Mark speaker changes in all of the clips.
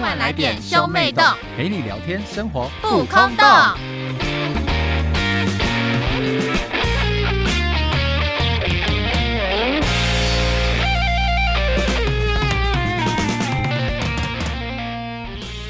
Speaker 1: 快来点兄妹洞，
Speaker 2: 陪你聊天，生活
Speaker 1: 不空洞。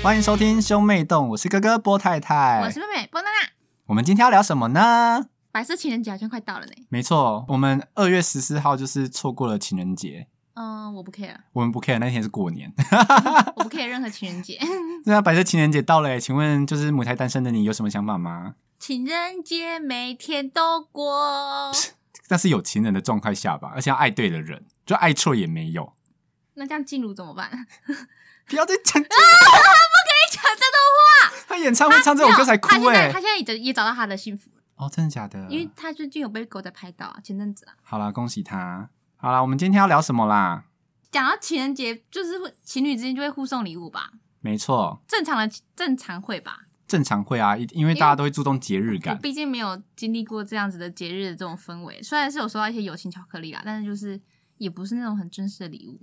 Speaker 2: 欢迎收听兄妹洞，我是哥哥波太太，
Speaker 1: 我是妹妹波娜娜。
Speaker 2: 我们今天要聊什么呢？
Speaker 1: 白色情人节好像快到了呢。
Speaker 2: 没错，我们二月十四号就是错过了情人节，
Speaker 1: 嗯，我不 care，
Speaker 2: 我们不 care 那天是过年。
Speaker 1: 我不 care 任何情人节。
Speaker 2: 那白色情人节到了耶，欸请问就是母胎单身的你有什么想法吗？
Speaker 1: 情人节每天都过，
Speaker 2: 但是有情人的状态下吧，而且要爱对的人，就爱错也没有。
Speaker 1: 那这样静茹怎么办？
Speaker 2: 不要再讲，
Speaker 1: 哎，讲这都
Speaker 2: 他演唱会唱这首歌才
Speaker 1: 啊他
Speaker 2: 哭
Speaker 1: 现在
Speaker 2: 哎
Speaker 1: 他。现在也找也找到他的幸福了，
Speaker 2: 哦，真的假的？
Speaker 1: 因为他最近有被狗仔拍到啊，前阵子啊。
Speaker 2: 好啦，恭喜他。好啦，我们今天要聊什么啦？
Speaker 1: 讲到情人节，就是会情侣之间就会互送礼物吧，
Speaker 2: 没错，
Speaker 1: 正常的正常会吧。
Speaker 2: 正常会啊，因因为大家都会注重节日
Speaker 1: 我
Speaker 2: 感。
Speaker 1: 毕竟没有经历过这样子的节日的这种氛围，虽然是有收到一些友情巧克力啦，但是就是也不是那种很真实的礼物。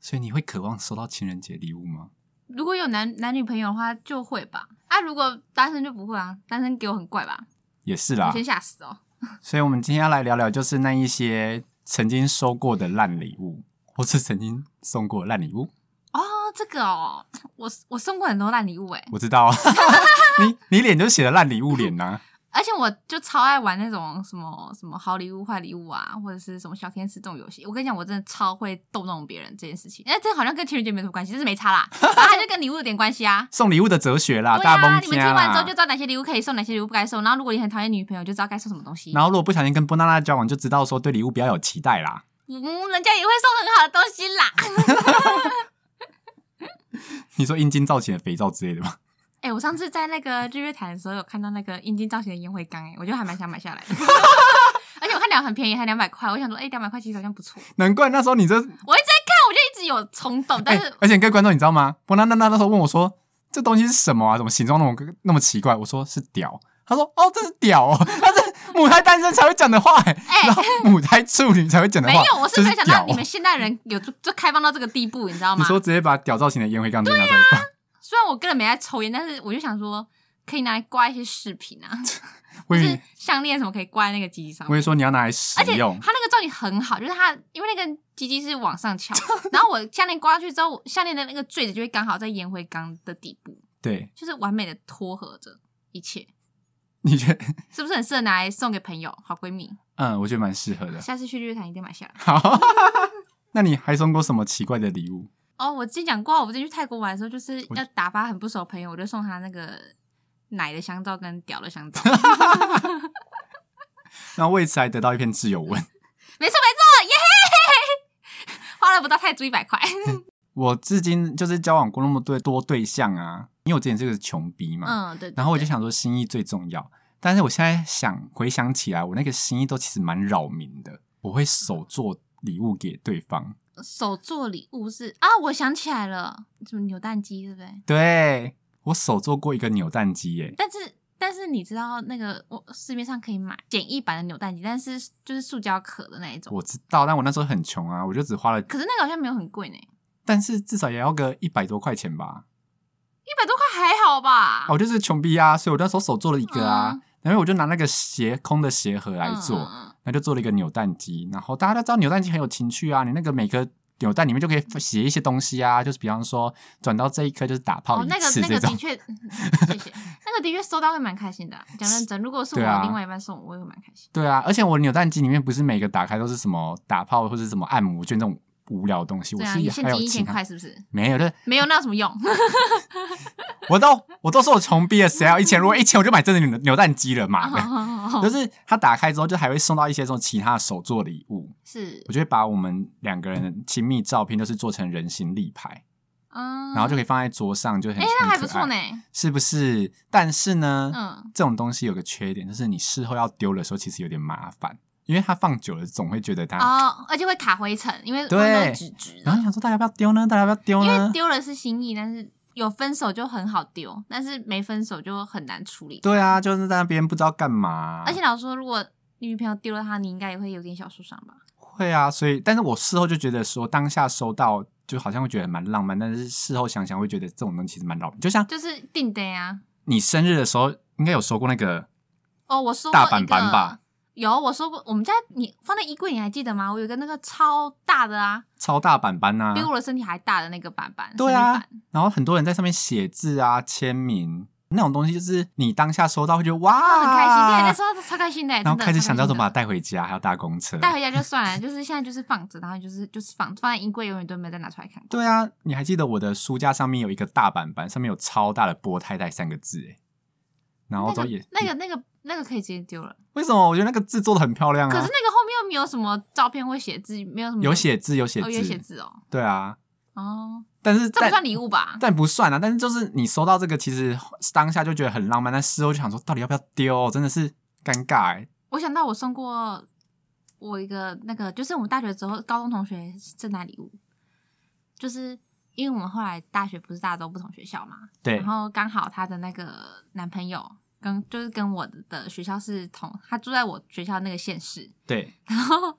Speaker 2: 所以你会渴望收到情人节礼物吗？
Speaker 1: 如果有男男女朋友的话，就会吧。啊，如果单身就不会啊，单身给我很怪吧，
Speaker 2: 也是
Speaker 1: 我
Speaker 2: 啦
Speaker 1: 先。吓死哦。
Speaker 2: 所以我们今天要来聊聊，就是那一些曾经收过的烂礼物，或是曾经送过的烂礼物。
Speaker 1: 哦，这个哦，我我送过很多烂礼物哎诶，
Speaker 2: 我知 道，你你脸就写了烂礼物脸啊呐、
Speaker 1: 而且我就超爱玩那种什么什么好礼物、坏礼物啊，或者是什么小天使这种游戏。我跟你讲，我真的超会逗弄别人这件事情。哎，这好像跟情人节没什么关系，这是没差啦，反正就跟礼物有点关系啊。
Speaker 2: 送礼物的哲学啦，
Speaker 1: 对
Speaker 2: 大
Speaker 1: 啊，你
Speaker 2: 家崩
Speaker 1: 们
Speaker 2: 天
Speaker 1: 听完之
Speaker 2: 啦
Speaker 1: 后就知。道哪些礼物可以送，哪些礼物不该送。然后如果你很讨厌女朋友，就知道该送什么东西。
Speaker 2: 然后如果不小心跟波娜娜交往，就知道说对礼物不要有期待啦。
Speaker 1: 嗯，人家也会送很好的东西啦。
Speaker 2: 你说阴茎造型的肥皂之类的吗？
Speaker 1: 哎、我上次在那个日月潭的时候，有看到那个阴茎造型的烟灰缸，哎，我就还蛮想买下来的。 而且我看两很便宜，还两百块，我想说，哎、两百块其实好像不错。
Speaker 2: 难怪那时候你这，
Speaker 1: 我一直在看，我就一直有冲动，但
Speaker 2: 哎、
Speaker 1: 是
Speaker 2: 而且各位观众你知道吗？波娜娜那时候问我说，这东西是什么啊？怎么形状那么那么奇怪？我说是屌，她说哦这是屌 哦，她是母胎单身才会讲的话、 哎，
Speaker 1: 哎
Speaker 2: 然后母胎处女才会讲的
Speaker 1: 没
Speaker 2: 话，
Speaker 1: 有，我是
Speaker 2: 这
Speaker 1: 没有
Speaker 2: 是
Speaker 1: 想
Speaker 2: 屌
Speaker 1: 到。你们现代人有就就开放到这个地步，你知道
Speaker 2: 你
Speaker 1: 吗？
Speaker 2: 说直接把屌造型的烟灰缸就拿出来
Speaker 1: 啊
Speaker 2: 放，
Speaker 1: 虽然我个人没在抽烟，但是我就想说，可以拿来挂一些饰品啊，
Speaker 2: 我
Speaker 1: 就
Speaker 2: 以
Speaker 1: 是
Speaker 2: 为
Speaker 1: 项链什么可以挂在那个机器上
Speaker 2: 我
Speaker 1: 面。
Speaker 2: 以为说你要拿来使
Speaker 1: 而且它
Speaker 2: 用，
Speaker 1: 那个造型很好，就是它因为那个鸡鸡是往上 翘，然后我项链挂上去之后，我项链的那个坠子就会刚好在烟灰缸的底部。
Speaker 2: 对，
Speaker 1: 就是完美的撮合着一切，
Speaker 2: 你觉得？
Speaker 1: 是不是很适合拿来送给朋友、好闺蜜？
Speaker 2: 嗯，我觉得蛮适合的。
Speaker 1: 下次去日月潭一定买下来。
Speaker 2: 好， 那你还送过什么奇怪的礼物？
Speaker 1: 哦，我之前讲过，我之前去泰国玩的时候，就是
Speaker 2: 我
Speaker 1: 要打发很不熟的朋友，我就送他那个奶的香皂跟屌的香 皂。
Speaker 2: 然后为此还得到一篇挚友文。
Speaker 1: 没错没错，耶嘿嘿嘿！花了不到泰铢一百块，
Speaker 2: 我至今就是交往过那么多多对象啊，因为我之前是个穷逼嘛，
Speaker 1: 嗯，对。对
Speaker 2: 然后我就
Speaker 1: 对
Speaker 2: 想说心意最重要，但是我现在想回想起来，我那个心意都其实蛮扰民的，我会手做礼物给对方，
Speaker 1: 手做礼物是啊，我想起来了，什么扭蛋机对不对？
Speaker 2: 对我手做过一个扭蛋机耶，
Speaker 1: 但是但是你知道那个我市面上可以买简易版的扭蛋机，但是就是塑胶壳的那一种，
Speaker 2: 我知道，但我那时候很穷啊，我就只花了，
Speaker 1: 可是那个好像没有很贵呢。
Speaker 2: 但是至少也要个一百多块钱吧，
Speaker 1: 一百多块还好吧？
Speaker 2: 啊，我就是穷逼啊，所以我那时候手做了一个啊，
Speaker 1: 嗯
Speaker 2: 然后我就拿那个鞋空的鞋盒来做，
Speaker 1: 嗯嗯嗯
Speaker 2: 然后就做了一个扭蛋机。然后大家都知道扭蛋机很有情趣啊，你那个每颗扭蛋里面就可以写一些东西啊，就是比方说转到这一颗就是打炮
Speaker 1: 哦，
Speaker 2: 一
Speaker 1: 那个
Speaker 2: 次
Speaker 1: 那
Speaker 2: 这
Speaker 1: 个
Speaker 2: 种。
Speaker 1: 的确，嗯谢谢，那个的确收到会蛮开心的啊。讲认真，如果是我
Speaker 2: 对啊
Speaker 1: 另外一半送我，我也会蛮开心。
Speaker 2: 对啊，而且我扭蛋机里面不是每个打开都是什么打炮或者什么按摩券这种无聊的东西，我
Speaker 1: 对啊，
Speaker 2: 是
Speaker 1: 你
Speaker 2: 也
Speaker 1: 现
Speaker 2: 还有
Speaker 1: 金一
Speaker 2: 其
Speaker 1: 千
Speaker 2: 他
Speaker 1: 块是不是？
Speaker 2: 没有，就是
Speaker 1: 没有那有什么用？
Speaker 2: 我都我都说我穷逼了，谁要一千？如果一千我就买真的扭扭蛋机了嘛。
Speaker 1: 嗯
Speaker 2: 就是它打开之后，就还会送到一些这种其他的手做礼物。
Speaker 1: 是
Speaker 2: 我，就会把我们两个人的亲密照片都是做成人形立牌，
Speaker 1: 嗯，
Speaker 2: 然后就可以放在桌上，就很
Speaker 1: 哎，那还
Speaker 2: 很
Speaker 1: 不
Speaker 2: 可
Speaker 1: 错
Speaker 2: 爱，
Speaker 1: 呢。
Speaker 2: 是不是？但是呢，
Speaker 1: 嗯，
Speaker 2: 这种东西有个缺点，就是你事后要丢的时候，其实有点麻烦，因为它放久了总会觉得它，
Speaker 1: 哦，而且会卡灰尘，因为
Speaker 2: 嗯对
Speaker 1: 弄得直直
Speaker 2: 然后
Speaker 1: 的。
Speaker 2: 你想说大家要不要丢呢？大家要不要丢
Speaker 1: 因为
Speaker 2: 呢？
Speaker 1: 丢了是心意，但是有分手就很好丢，但是没分手就很难处理。
Speaker 2: 对啊，就是在那边不知道干嘛，
Speaker 1: 而且老实说，如果女朋友丢了它，你应该也会有点小受伤吧？
Speaker 2: 会啊，所以但是我事后就觉得说，当下收到就好像会觉得蛮浪漫，但是事后想想会觉得这种东西其实蛮老，就像
Speaker 1: 就是定的呀、
Speaker 2: 你生日的时候应该有收过那个
Speaker 1: 哦，我说过
Speaker 2: 大
Speaker 1: 一
Speaker 2: 板
Speaker 1: 个
Speaker 2: 板吧，
Speaker 1: 有我说过，我们家你放在衣柜，你还记得吗？我有个那个超大的啊，
Speaker 2: 超大板板啊呐、
Speaker 1: 比我的身体还大的那个板板，
Speaker 2: 嗯对
Speaker 1: 生日
Speaker 2: 啊
Speaker 1: 板，
Speaker 2: 然后很多人在上面写字啊、签名那种东西，就是你当下收到会觉得哇，
Speaker 1: 很开心，对，那时候超开心的，
Speaker 2: 啊 然后
Speaker 1: 真的
Speaker 2: 开始
Speaker 1: 超
Speaker 2: 想着
Speaker 1: 开
Speaker 2: 怎
Speaker 1: 心
Speaker 2: 么把它
Speaker 1: 的
Speaker 2: 带回家，还要搭公车。
Speaker 1: 带回家就算了，就是现在就是放着，然后就是就是放放在衣柜，永远都没有再拿出来看过。
Speaker 2: 对啊，你还记得我的书架上面有一个大板板，上面有超大的“波太太”三个字哎，然后
Speaker 1: 那
Speaker 2: 都
Speaker 1: 个
Speaker 2: 也
Speaker 1: 那个那个那个可以直接丢了，
Speaker 2: 为什么？我觉得那个字做的很漂亮
Speaker 1: 可是那
Speaker 2: 啊，
Speaker 1: 个后面又没有什么照片或写字，没有什么
Speaker 2: 有写字，有写
Speaker 1: 哦，有写
Speaker 2: 字，
Speaker 1: 字哦，
Speaker 2: 对啊，
Speaker 1: 哦，
Speaker 2: 但是
Speaker 1: 这不
Speaker 2: 但
Speaker 1: 算礼物吧？
Speaker 2: 但不算啊，但是就是你收到这个，其实当下就觉得很浪漫，但事后就想说，到底要不要丢？真的是尴尬哎、
Speaker 1: 我想到我送过我一个那个，就是我们大学之后高中同学圣诞礼物，就是因为我们后来大学不是大家都不同学校嘛，
Speaker 2: 对
Speaker 1: 然，后刚好她的那个男朋友跟就是跟我的学校是同，他住在我学校那个县市，
Speaker 2: 对，
Speaker 1: 然后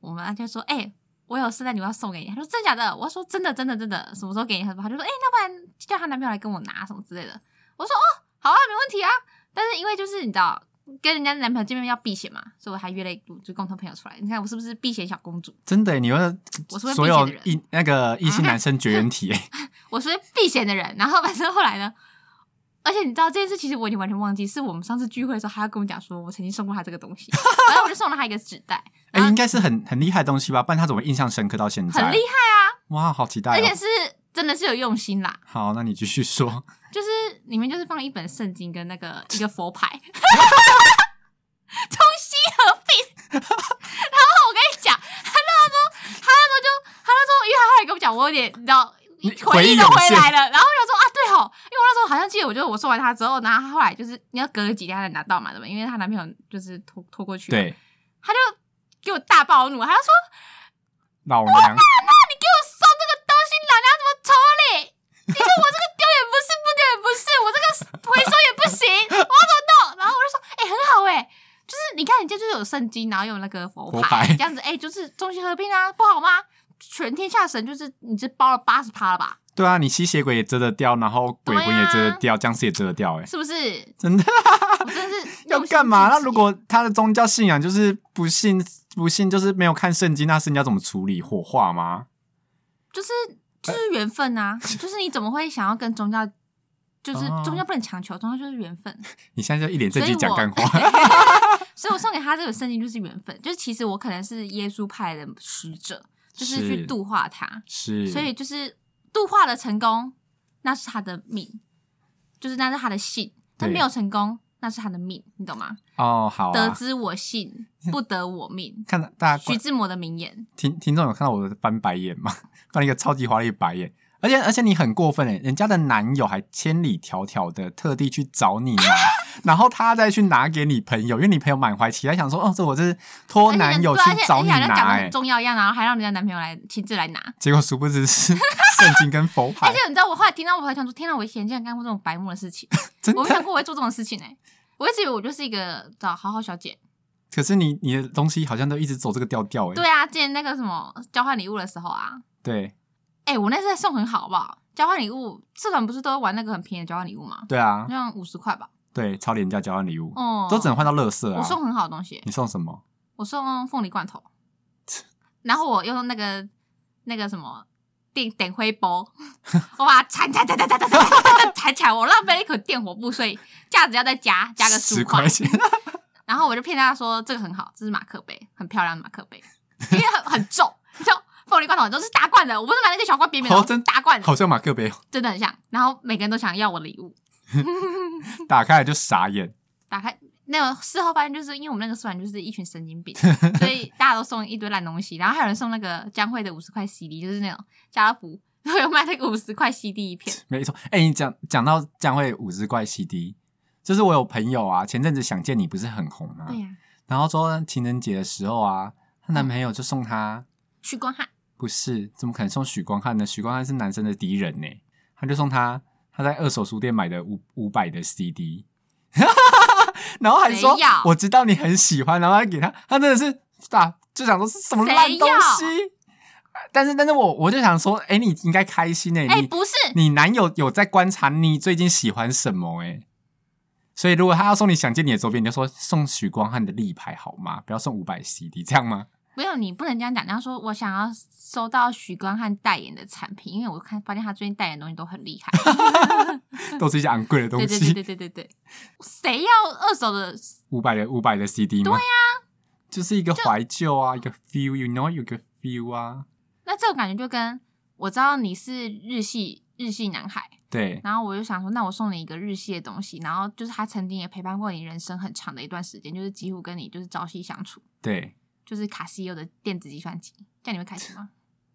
Speaker 1: 我们就说，哎、我有圣诞礼物要送给你，他说真假的，我说真的真的真的，什么时候给你？他说他就说，哎、那不然叫她男朋友来跟我拿什么之类的。我说哦，好啊，没问题啊。但是因为就是你知道，跟人家男朋友见面要避嫌嘛，所以我还约了一组就共同朋友出来。你看我是不是避嫌小公主？
Speaker 2: 真的、欸，你们
Speaker 1: 我是会
Speaker 2: 所
Speaker 1: 避
Speaker 2: 有
Speaker 1: 嫌的人啊
Speaker 2: 异那个异性男生绝缘体、欸，
Speaker 1: 我是避嫌的人。然后反正后来呢，而且你知道这件事，其实我已经完全忘记，是我们上次聚会的时候，他要跟我讲说我曾经送过他这个东西，然后我就送了他一个纸袋，
Speaker 2: 哎、
Speaker 1: 然后
Speaker 2: 应该是很很厉害的东西吧？不然他怎么会印象深刻到现在？
Speaker 1: 很厉
Speaker 2: 哇，好期待、
Speaker 1: 害，而
Speaker 2: 哦！
Speaker 1: 且是真的是有用心啦。
Speaker 2: 好，那你继续说。
Speaker 1: 就是啊里面就是放一本圣经跟那个一个佛牌，中西合并。然后我跟你讲，他那时候，他那时候就，他那时候，因为他后来跟我讲，我有点你知道
Speaker 2: 你
Speaker 1: 回忆都
Speaker 2: 回
Speaker 1: 回
Speaker 2: 忆涌现
Speaker 1: 来了。然后我就说啊，对哦，因为我那时候好像记得，我就我送完他之后，然后他后来就是你要隔了几天才拿到嘛，对吧？因为她男朋友就是拖拖过去，，
Speaker 2: 对，
Speaker 1: 他就给我大暴怒，他就说
Speaker 2: 老娘
Speaker 1: 你给我送这个东西，老娘怎么处理？你说我这个丢也不是，不丢也不是，我这个回收也不行，我要怎么弄？然后我就说，哎、很好哎、就是你看人家就是有圣经，然后有那个佛
Speaker 2: 佛牌
Speaker 1: 这样子，哎、就是中西合并啊，不好吗？全天下神就是你这包了八十趴了吧？
Speaker 2: 对啊，你吸血鬼也遮得掉，然后鬼魂
Speaker 1: 对啊
Speaker 2: 也遮得掉，僵尸也遮得掉、哎，
Speaker 1: 是不是？
Speaker 2: 真的
Speaker 1: 我 真的是
Speaker 2: 要
Speaker 1: 用心
Speaker 2: 干嘛？
Speaker 1: 至
Speaker 2: 那
Speaker 1: 极
Speaker 2: 如果他的宗教信仰就是不信，不信就是没有看圣经，那是你要怎么处理？火化吗？
Speaker 1: 就是就是缘分啊，就是你怎么会想要跟宗教？就是
Speaker 2: 哦
Speaker 1: 宗教不能强求，宗教就是缘分。
Speaker 2: 你现在就一脸正
Speaker 1: 所以
Speaker 2: 经讲
Speaker 1: 我
Speaker 2: 干话，
Speaker 1: 所以我送给他这个圣经就是缘分，就是其实我可能是耶稣派的使者，就是去度化他，
Speaker 2: 是，
Speaker 1: 所以就是度化了成功，那是他的命，就是那是他的信；但
Speaker 2: 对
Speaker 1: 没有成功，那是他的命，你懂吗？
Speaker 2: 哦，好、啊，
Speaker 1: 得知我信，不得我 命。
Speaker 2: 看到大家
Speaker 1: 徐志摩的名言，
Speaker 2: 听听众有看到我的翻白眼吗？ 翻了一个超级华丽的白眼，而且而且你很过分欸诶，人家的男友还千里迢迢的特地去找你拿， 然后他再去拿给你朋友，因为你朋友满怀期待想说，哦，这我这是托
Speaker 1: 而且
Speaker 2: 男友去
Speaker 1: 对啊而且
Speaker 2: 找你
Speaker 1: 而且好像讲
Speaker 2: 拿欸
Speaker 1: 的
Speaker 2: 诶
Speaker 1: 很，重要一样，然后还让人家男朋友来亲自来拿。
Speaker 2: 结果殊不知是 圣经跟佛
Speaker 1: 而
Speaker 2: 牌
Speaker 1: 且，你知道，我后来听到我还想说，天哪，我以前竟然干过这种白目的事情，
Speaker 2: 真
Speaker 1: 我没想
Speaker 2: 的。
Speaker 1: 过我会做这种事情哎、我一直以为我就是一个找好好小姐，
Speaker 2: 可是你你的东西好像都一直走这个调调欸诶，
Speaker 1: 对啊，之前那个什么交换礼物的时候啊，
Speaker 2: 对
Speaker 1: 哎、我那次送很好，好不好？交换礼物，社团不是都玩那个很便宜的交换礼物吗？
Speaker 2: 对啊
Speaker 1: 好，像五十块吧。
Speaker 2: 对，超廉价交换礼物，
Speaker 1: 哦、
Speaker 2: 都只能换到乐色啊
Speaker 1: 我。送很好的东西，
Speaker 2: 你送什么？
Speaker 1: 我送凤梨罐头，然后我用那个那个什么电点灰包，我把它铲铲铲铲铲铲铲铲铲起来，我浪费了一口电火布，所以价值要再加加个十
Speaker 2: 十
Speaker 1: 五块
Speaker 2: 块。钱，
Speaker 1: 然后我就骗大家说这个很好，这是马克杯，很漂亮的马克杯，因为很很重，你知道凤梨罐头都是大罐的，我不是买那个小罐扁扁的，
Speaker 2: 好
Speaker 1: 我是
Speaker 2: 哦真
Speaker 1: 大罐的，
Speaker 2: 好像马克杯哦，
Speaker 1: 真的很像。然后每个人都想要我礼物，
Speaker 2: 打开来就傻眼。
Speaker 1: 打开那个事后发现，就是因为我们那个社团就是一群神经病，所 以大家都送一堆烂东西，然后还有人送那个江惠的五十块 CD，就是那种家乐福会有卖那个五十块 CD 一片，
Speaker 2: 没错，哎、你讲讲到将会五十块 CD，就是我有朋友啊，前阵子想见你不是很红吗？
Speaker 1: 对哎呀、嗯
Speaker 2: 然后说情人节的时候啊，她男朋友就送她，
Speaker 1: 许光汉
Speaker 2: 不是怎么可能送许光汉呢？许光汉是男生的敌人呢、他就送她他在二手书店买的五五百的 CD，然后还说
Speaker 1: 谁要
Speaker 2: 我知道啊你很喜欢，然后还给他，他真的是大就想说是什么烂
Speaker 1: 谁
Speaker 2: 东
Speaker 1: 要
Speaker 2: 西。但是，但是我我就想说，哎、你应该开心哎、
Speaker 1: 哎、
Speaker 2: 你
Speaker 1: 不是，
Speaker 2: 你男友有在观察你最近喜欢什么哎、所以如果他要送你想见你的周边，你就说送许光汉的立牌好吗？不要送五百 CD 这样吗？
Speaker 1: 没有你不能这样讲。你要说我想要收到许光汉代言的产品，因为我看发现他最近代言的东西都很厉害。
Speaker 2: 都是一些昂贵的东
Speaker 1: 对对对
Speaker 2: 西，
Speaker 1: 对对对对，谁要二手的？
Speaker 2: 五百的五百的 CD 吗？对呀、就是一个怀旧啊，一个 feel，you know，有个 feel 啊，
Speaker 1: 那这种感觉就跟我知道你是日系日系男孩，
Speaker 2: 对
Speaker 1: 然后我就想说，那我送你一个日系的东西，然后就是他曾经也陪伴过你人生很长的一段时间，就是几乎跟你就是朝夕相处，
Speaker 2: 对。
Speaker 1: 就是卡西欧的电子计算机，这样你会开心 吗？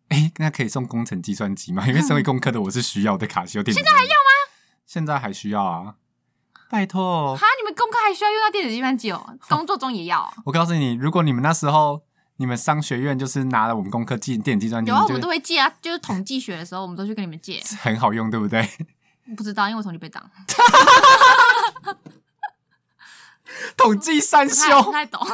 Speaker 2: 哎、那可以送工程计算机吗？因为身为工科的我是需要的卡西欧嗯电子。现在还要吗？现在还需要啊！拜托
Speaker 1: 哈，，你们功课还需要用到电子计算机哦，工作中也要哦、
Speaker 2: 我告诉你，如果你们那时候你们商学院就是拿了我们工科计电子计算机，
Speaker 1: 有啊，我
Speaker 2: 你就
Speaker 1: 们都会借啊，就是统计学的时候，我们都去跟你们借。
Speaker 2: 很好用，对不 对？
Speaker 1: 不知道，因为我统计被 挡，
Speaker 2: 统计三
Speaker 1: 不太不
Speaker 2: 修，
Speaker 1: 太懂。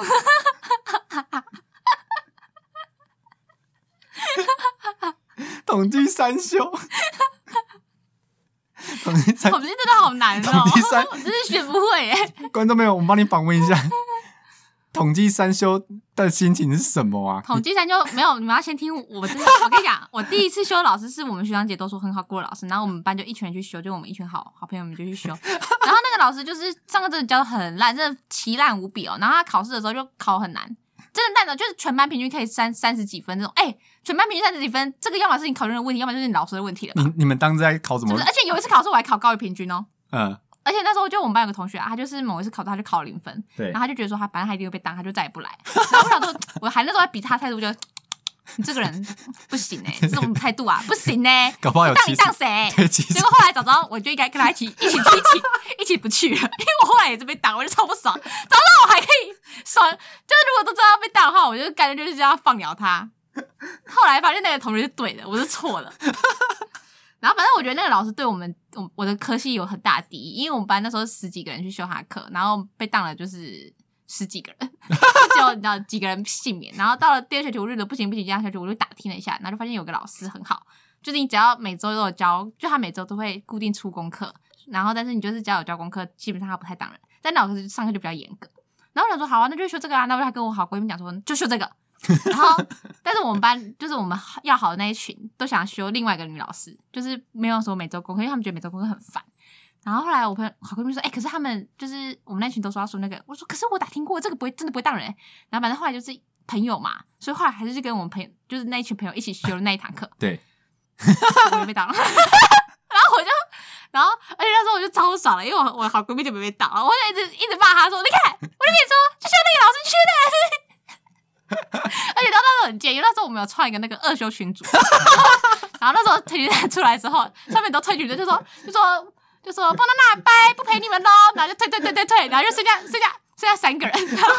Speaker 2: 统计三 修，统计三，
Speaker 1: 统计真的好难哦，
Speaker 2: 统计三
Speaker 1: 我真是学不会耶。
Speaker 2: 观众朋友，我们帮你访问一下，统计三修的心情是什么啊？
Speaker 1: 统计三就没有，你们要先听我真的，我跟你讲，我第一次修老师是我们学长姐都说很好过的老师，然后我们班就一群人去修，就我们一群好好朋友们就去修，然后那个老师就是上课真的教的很烂，真的奇烂无比哦，然后他考试的时候就考很难。真的烂的，就是全班平均可以三三十几分这种，哎、全班平均三十几分，这个要么是你考卷的问题，要么就是你老师的问题了吧
Speaker 2: 你，你们当时在考什
Speaker 1: 是哎不
Speaker 2: 么
Speaker 1: 是？？而且有一次考试我还考高于平均哦，
Speaker 2: 嗯，
Speaker 1: 而且那时候就我们班有个同学啊，他就是某一次考到他就考零分，
Speaker 2: 对
Speaker 1: 然后他就觉得说他反正他一定会被当，他就再也不来。然后我想说， 我还那时候还比他态度，就你这个人不行哎、这种态度啊不行呢、
Speaker 2: 搞不好有
Speaker 1: 当
Speaker 2: 七
Speaker 1: 你
Speaker 2: 十
Speaker 1: 当，谁？
Speaker 2: 对 七
Speaker 1: 结
Speaker 2: 十
Speaker 1: 果后来早知道我就应该跟他一起一起去一起一起不去了，因 为我后来也是被挡，我就超不爽。早知道我还可以爽，就是如果都知道被挡的话，我就干脆就是要放鸟他。后来发现那个同学是对的，我是错的。 然后反正我觉得那个老师对我们我我的科系有很大敌意，因为我们班那时候十几个人去修他的课，然后被当了就是十几个人， 就你知道几个人幸免。然后到了第二学期，我就觉得不行不行，这样下去我就打听了一下，然后就发现有个老师很好，就是你只要每周都有交，就他每周都会固定出功课，然后但是你就是只要有交功课，基本上他不太当人，但老师上课就比较严格。然后我想说好啊，那就修这个啊，那我就跟我好闺蜜讲说就修这个。然后，但是我们班就是我们要好的那一群都想修另外一个女老师，就是没有说每周功课，因为他们觉得每周功课很烦。然后后来我朋友好闺蜜说，哎、可是他们就是我们那群都说要说那个，我说可是我打听过这个不会真的不会当人、欸然后反正后来就是朋友嘛，所以后来还是就跟我们朋友就是那一群朋友一起修了那一堂课。
Speaker 2: 对，
Speaker 1: 我就被挡了。 然后我就，然后而且那时候我就超爽了，因为我我好闺蜜就没被挡，我就一直一直骂她说：“你看，我就跟你说，就像那个老师去的。” 而且到那时候很贱，因为那时候我们有创一个那个二修群组， 然后那时候退群蛋出来之后，上面都退群的就说就说就说蹦到那拜不陪你们喽，然后就退退退退退，然后就剩下剩下剩下三个人。 然后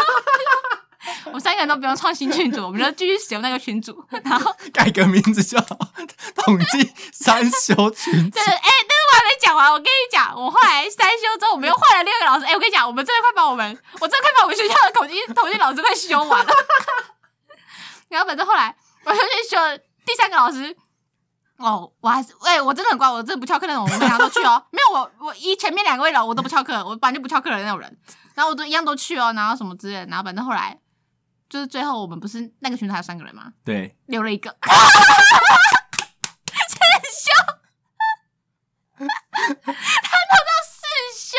Speaker 1: 我们三个人都不用创新群组，我们就继续使用那个群组，然后
Speaker 2: 改个名字叫 统计三修群
Speaker 1: 对，哎、但是我还没讲完。我跟你讲，我后来三修之后，我们又换了另外一个老师。哎、我跟你讲，我们真的快把我们，我真的快把我们学校的统计统计老师快修完了。 然后反正后来我就去修了第三个老师。哦，我还是哎、我真的很乖，我真的不翘课那种，我每堂都去哦。没有我，我一前面两个位老我都不翘课，我本来就不翘课的那种人。然后我都一样都去哦，然后什么之类的。然后反正后来就是最后我们不是那个群组还有三个人吗？
Speaker 2: 对，
Speaker 1: 留了一个。真修，他弄到四修，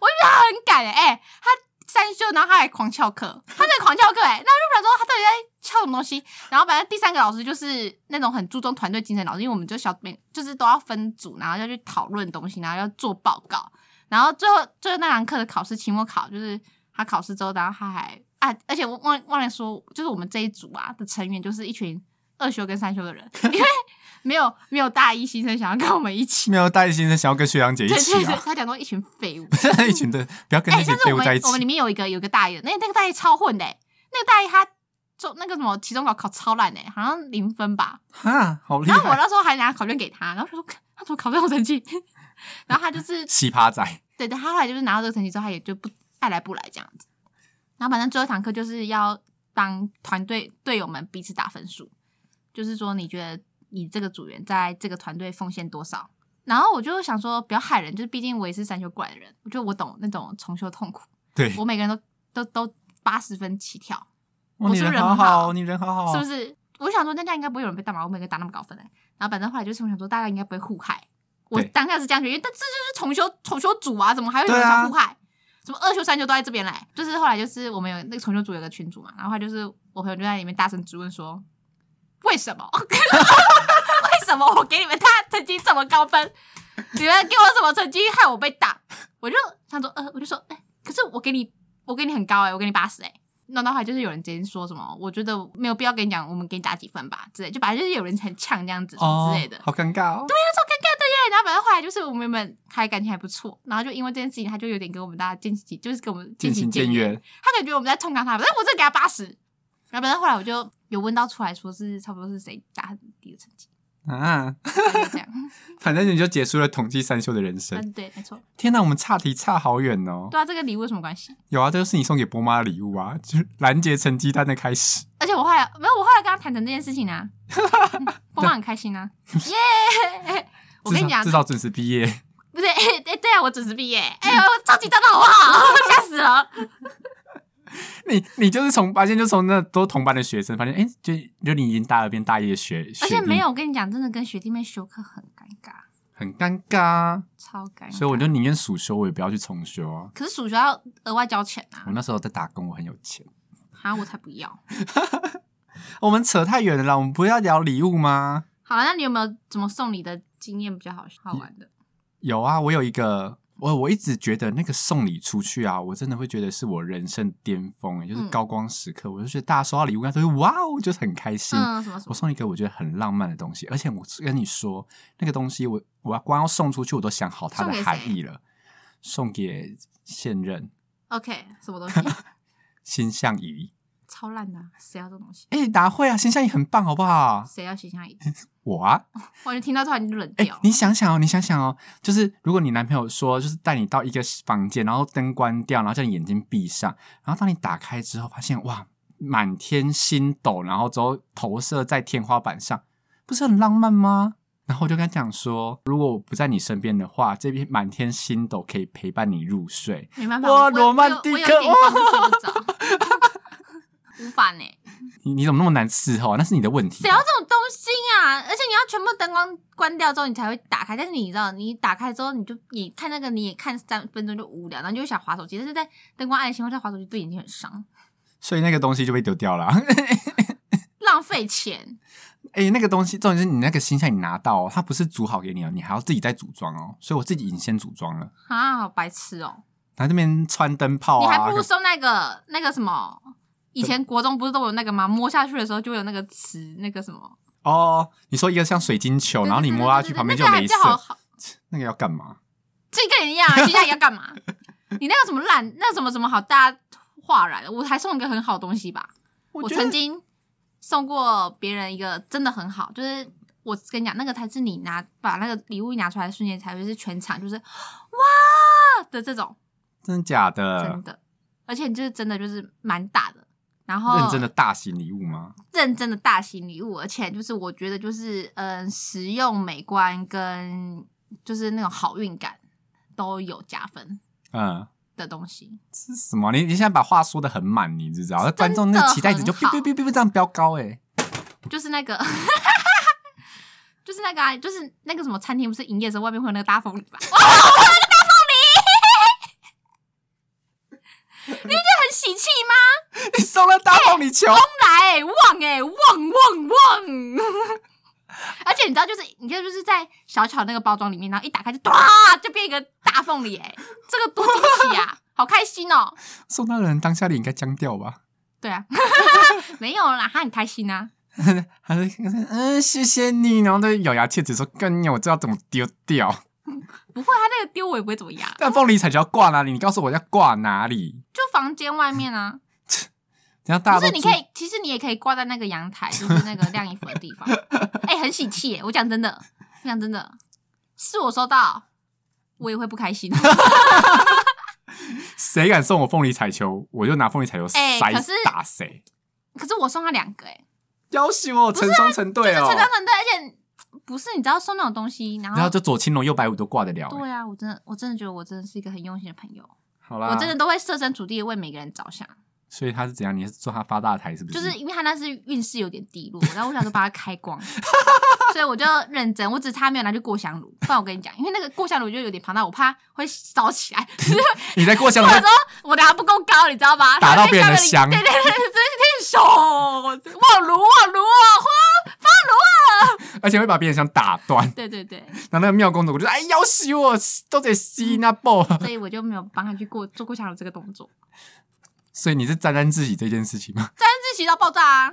Speaker 1: 我就觉得他很敢哎、欸他三修，然后他还狂翘课，他在狂翘课哎、那我就想说他到底在翘什么东西？然后反正第三个老师就是那种很注重团队精神的老师，因为我们就小每就是都要分组，然后要去讨论东西，然后要做报告，然后最后最后那堂课的考试期末考就是他考试之后，然后他还啊，而且我忘忘了说，就是我们这一组啊的成员就是一群二修跟三修的人，因为没有没有大一新生想要跟我们一起。
Speaker 2: 没有带先生想要跟学长 姐一
Speaker 1: 对对
Speaker 2: 起
Speaker 1: 对，
Speaker 2: 啊，
Speaker 1: 他讲说一群废物，
Speaker 2: 一群的不要跟
Speaker 1: 哎、
Speaker 2: 那些
Speaker 1: 但是
Speaker 2: 废
Speaker 1: 我
Speaker 2: 物在一
Speaker 1: 们
Speaker 2: 起
Speaker 1: 我们里面有一个有一个大一的，那那个大一超混的、欸，那个大一他就那个什么期中考考超烂的、欸，好像零分吧。
Speaker 2: 哈，好厉
Speaker 1: 然后我
Speaker 2: 害，
Speaker 1: 那时候还拿考卷给他，然后他说他怎么考这种成绩？ 然后他就是
Speaker 2: 奇葩仔，
Speaker 1: 对对，他后来就是拿到这个成绩之后，他也就不爱来不来这样子。然后反正最后一堂课就是要帮团队队友们彼此打分数，就是说你觉得你这个组员在这个团队奉献多少。然后我就想说，不要害人，就是毕竟我也是三修过来的人，我觉得我懂那种重修痛苦。
Speaker 2: 对，
Speaker 1: 我每个人都都都八十分起跳，我
Speaker 2: 哇哦你
Speaker 1: 说
Speaker 2: 人
Speaker 1: 人
Speaker 2: 好
Speaker 1: 很
Speaker 2: 好，
Speaker 1: 好
Speaker 2: 你人好好，
Speaker 1: 是不是？我想说，大家应该不会有人被打嘛，我每个打那么高分嘞、然后反正后来就是我想说，大家应该不会互害。我
Speaker 2: 对
Speaker 1: 当下是这样觉得，因为但这就是重修重修组啊，怎么还会有
Speaker 2: 对
Speaker 1: 人
Speaker 2: 啊
Speaker 1: 想互害？什么二修三修都在这边嘞？就是后来就是我们有那个重修组有个群组嘛，然后后来就是我朋友就在里面大声质问说，为什么？ 为什么我给你们他成绩这么高分，你们给我什么成绩害我被打？ 我就想说，呃，我就说，哎、可是我给你，我给你很高哎、我给你八十哎。那到后来就是有人直接说什么，我觉得没有必要跟你讲，我们给你打几分吧之类，就反正就是有人很呛这样子什么
Speaker 2: 哦
Speaker 1: 之类的。
Speaker 2: 好尴尬哦。
Speaker 1: 对，然后反正后来就是我们原本还感情还不错，然后就因为这件事情，他就有点跟我们大家渐行，就是跟我们
Speaker 2: 渐行
Speaker 1: 行
Speaker 2: 渐
Speaker 1: 远。
Speaker 2: 远，
Speaker 1: 他感觉我们在冲康他，但是我只给他八十。然后反正后来我就有问到出来说是差不多是谁打很低的成绩，
Speaker 2: 啊，
Speaker 1: 就是这样。
Speaker 2: 反正你就结束了统计三秀的人生。
Speaker 1: 嗯，对，没错。
Speaker 2: 天哪，我们差题差好远哦。
Speaker 1: 对啊，这个礼物有什么关系？
Speaker 2: 有啊，这就是你送给波妈的礼物啊，就是拦截成绩单的开始。
Speaker 1: 而且我后来没有，我后来跟他坦诚这件事情 啊，我妈很开心啊，耶！ 我跟你讲
Speaker 2: 至，少至少准时毕业。
Speaker 1: 不是，哎、哎对啊，我准时毕业，哎、呦，我超级大的好不好？ 吓死了！
Speaker 2: 你你就是从发现，就从那都同班的学生发现，哎、就就你已经大二变大一的学，
Speaker 1: 而
Speaker 2: 学
Speaker 1: 且
Speaker 2: 弟
Speaker 1: 没有，我跟你讲，真的跟学弟妹修课很尴尬，
Speaker 2: 很尴尬啊，
Speaker 1: 超尴尬。
Speaker 2: 所以我就宁愿暑修，我也不要去重修啊。
Speaker 1: 可是暑学要额外交钱啊
Speaker 2: 我，那时候在打工，我很有钱。
Speaker 1: 啊，我才不要。
Speaker 2: 我们扯太远了啦，我们不要聊礼物吗？
Speaker 1: 好了，那你有没有怎么送礼的经验比较好好玩的？
Speaker 2: 有啊，我有一个，我我一直觉得那个送礼出去啊，我真的会觉得是我人生巅峰，欸也就是
Speaker 1: 嗯
Speaker 2: 高光时刻。我就觉得大家收到礼物，应该都会哇哦，就是很开心。
Speaker 1: 嗯，什么什
Speaker 2: 我
Speaker 1: 么？
Speaker 2: 送一个我觉得很浪漫的东西，而且我跟你说，那个东西我我要光要送出去，我都想好它的
Speaker 1: 送给谁
Speaker 2: 含义了。送给现任
Speaker 1: OK，什么东 西？
Speaker 2: 星象仪，
Speaker 1: 超烂的啊、谁要这种东西？
Speaker 2: 哎、答会啊，星象仪很棒，好不好？
Speaker 1: 谁要形象仪？
Speaker 2: 我啊，
Speaker 1: 我就听到突然就冷
Speaker 2: 哎、
Speaker 1: 掉。
Speaker 2: 你想想哦，你想想哦，就是如果你男朋友说，就是带你到一个房间，然后灯关掉，然后叫你眼睛闭上，然后当你打开之后，发现哇，满天星斗，然后之后投射在天花板上，不是很浪漫吗？然后我就跟他讲说，如果我不在你身边的话，这边满天星斗可以陪伴你入睡。
Speaker 1: 没办法，
Speaker 2: 哇
Speaker 1: 我我
Speaker 2: 罗曼蒂克
Speaker 1: 我有我有点光睡不着，无法呢。
Speaker 2: 你你怎么那么难伺候啊？那是你的问题
Speaker 1: 谁。要这种东西啊？而且你要全部灯光关掉之后，你才会打开。但是你知道，你打开之后，你就你看那个，你也看三分钟就无聊，然后你就会想划手机。但是在灯光暗的情况下划手机，对眼睛很伤，
Speaker 2: 所以那个东西就被丢掉了啊。
Speaker 1: 浪费钱。
Speaker 2: 哎、那个东西重点是你那个星象你拿到、哦，它不是组好给你哦，你还要自己再组装哦。所以我自己已经先组装了。
Speaker 1: 啊，好白痴哦、
Speaker 2: 然后这边穿灯泡
Speaker 1: 你还
Speaker 2: 啊
Speaker 1: 不，如送那个那个什么，以前国中不是都有那个吗？摸下去的时候就会有那个磁，那个什么，
Speaker 2: 哦，你说一个像水晶球，哦然后你摸下去
Speaker 1: 对对对对
Speaker 2: 旁边就
Speaker 1: 那
Speaker 2: 有
Speaker 1: 个还比
Speaker 2: 镭
Speaker 1: 较好
Speaker 2: 射，
Speaker 1: 好
Speaker 2: 那个要干嘛？
Speaker 1: 这跟你一 样、啊，现在要干嘛？你那个什么烂，那什么什么好，大家哗然，我还送一个很好东西吧。我
Speaker 2: 觉
Speaker 1: 曾
Speaker 2: 得
Speaker 1: 经送过别人一个真的很好，就是我跟你讲，那个才是你拿把那个礼物一拿出来的瞬间，才会是全场就是哇的这种，
Speaker 2: 真的假
Speaker 1: 真
Speaker 2: 的？
Speaker 1: 的，而且就是真的就是蛮大的，然后
Speaker 2: 认真的大型礼物吗？
Speaker 1: 认真的大型礼物，而且就是我觉得就是嗯，实用美观跟就是那种好运感都有加分
Speaker 2: 嗯，
Speaker 1: 的东西。
Speaker 2: 这是什么？你你现在把话说的很满，你知道？那
Speaker 1: 真的
Speaker 2: 观众那个期待值就
Speaker 1: 很好
Speaker 2: biu biu biu biu biu 这样飙高哎、欸
Speaker 1: 就是那个，就是那个、啊，就是那个什么餐厅不是营业的时候外面会有那个大风铃吧？ 哦哇，我有那个大风铃，你就很喜气吗？
Speaker 2: 你送了大凤梨球，
Speaker 1: 来、欸，旺哎、欸，旺旺 旺！而且你知道，就是你知道，就是在小巧那个包装里面，然后一打开就哇，就变一个大凤梨哎、欸，这个多惊喜啊！好开心哦、
Speaker 2: 送到的人当下你应该僵掉吧？
Speaker 1: 对啊， 没有啦，他很开心啊。
Speaker 2: 还是嗯，谢谢你，然后都咬牙切齿说：“干你，我知道怎么丢掉。
Speaker 1: 不会，他那个丢我也不会怎么样”，啊
Speaker 2: 但凤梨彩球要挂哪里？你告诉我要挂哪里？
Speaker 1: 就房间外面啊。
Speaker 2: 然后大家
Speaker 1: 不
Speaker 2: 都
Speaker 1: 是，你可以，其实你也可以挂在那个阳 台，就是那个晾衣服的地方。哎、很喜气耶！我讲真的，我讲真的，是我收到，我也会不开 心。
Speaker 2: 谁敢送我凤梨彩球，我就拿凤梨彩球
Speaker 1: 哎
Speaker 2: 塞、
Speaker 1: 可是
Speaker 2: 打谁。
Speaker 1: 可是我送他两个哎、
Speaker 2: 要求我成双成对哦
Speaker 1: 成，双成对，而且不是你知道送那种东西，然
Speaker 2: 然后
Speaker 1: 后
Speaker 2: 就左青龙右白虎都挂得了。欸
Speaker 1: 对啊，我真的我真的觉得我真的是一个很用心的朋友，
Speaker 2: 好
Speaker 1: 我
Speaker 2: 啦，
Speaker 1: 真的都会设身处地地为每个人着想，
Speaker 2: 所以他是怎样？你是说他发大财是不
Speaker 1: 就是因为他那次运势有点低落，然后我想说把它开 光。所以我就认真，我只差没有拿去过香炉。不然我跟你讲，因为那个过香炉就有点庞大，我怕会烧起来。
Speaker 2: 你在过香炉
Speaker 1: 或者 我拿不够高，你知道吗？
Speaker 2: 打到别人的
Speaker 1: 下
Speaker 2: 香
Speaker 1: 面对对对，对对手，我撸啊我撸我，
Speaker 2: 而且会把别人想打断。
Speaker 1: 对对对，
Speaker 2: 然后那个妙公主就说：“哎，要死我，都得吸那啊爆。
Speaker 1: 所以我就没有帮他去过做过下楼这个动作，”
Speaker 2: 所以你是沾沾自喜这件事情吗？
Speaker 1: 但是骑到爆炸啊，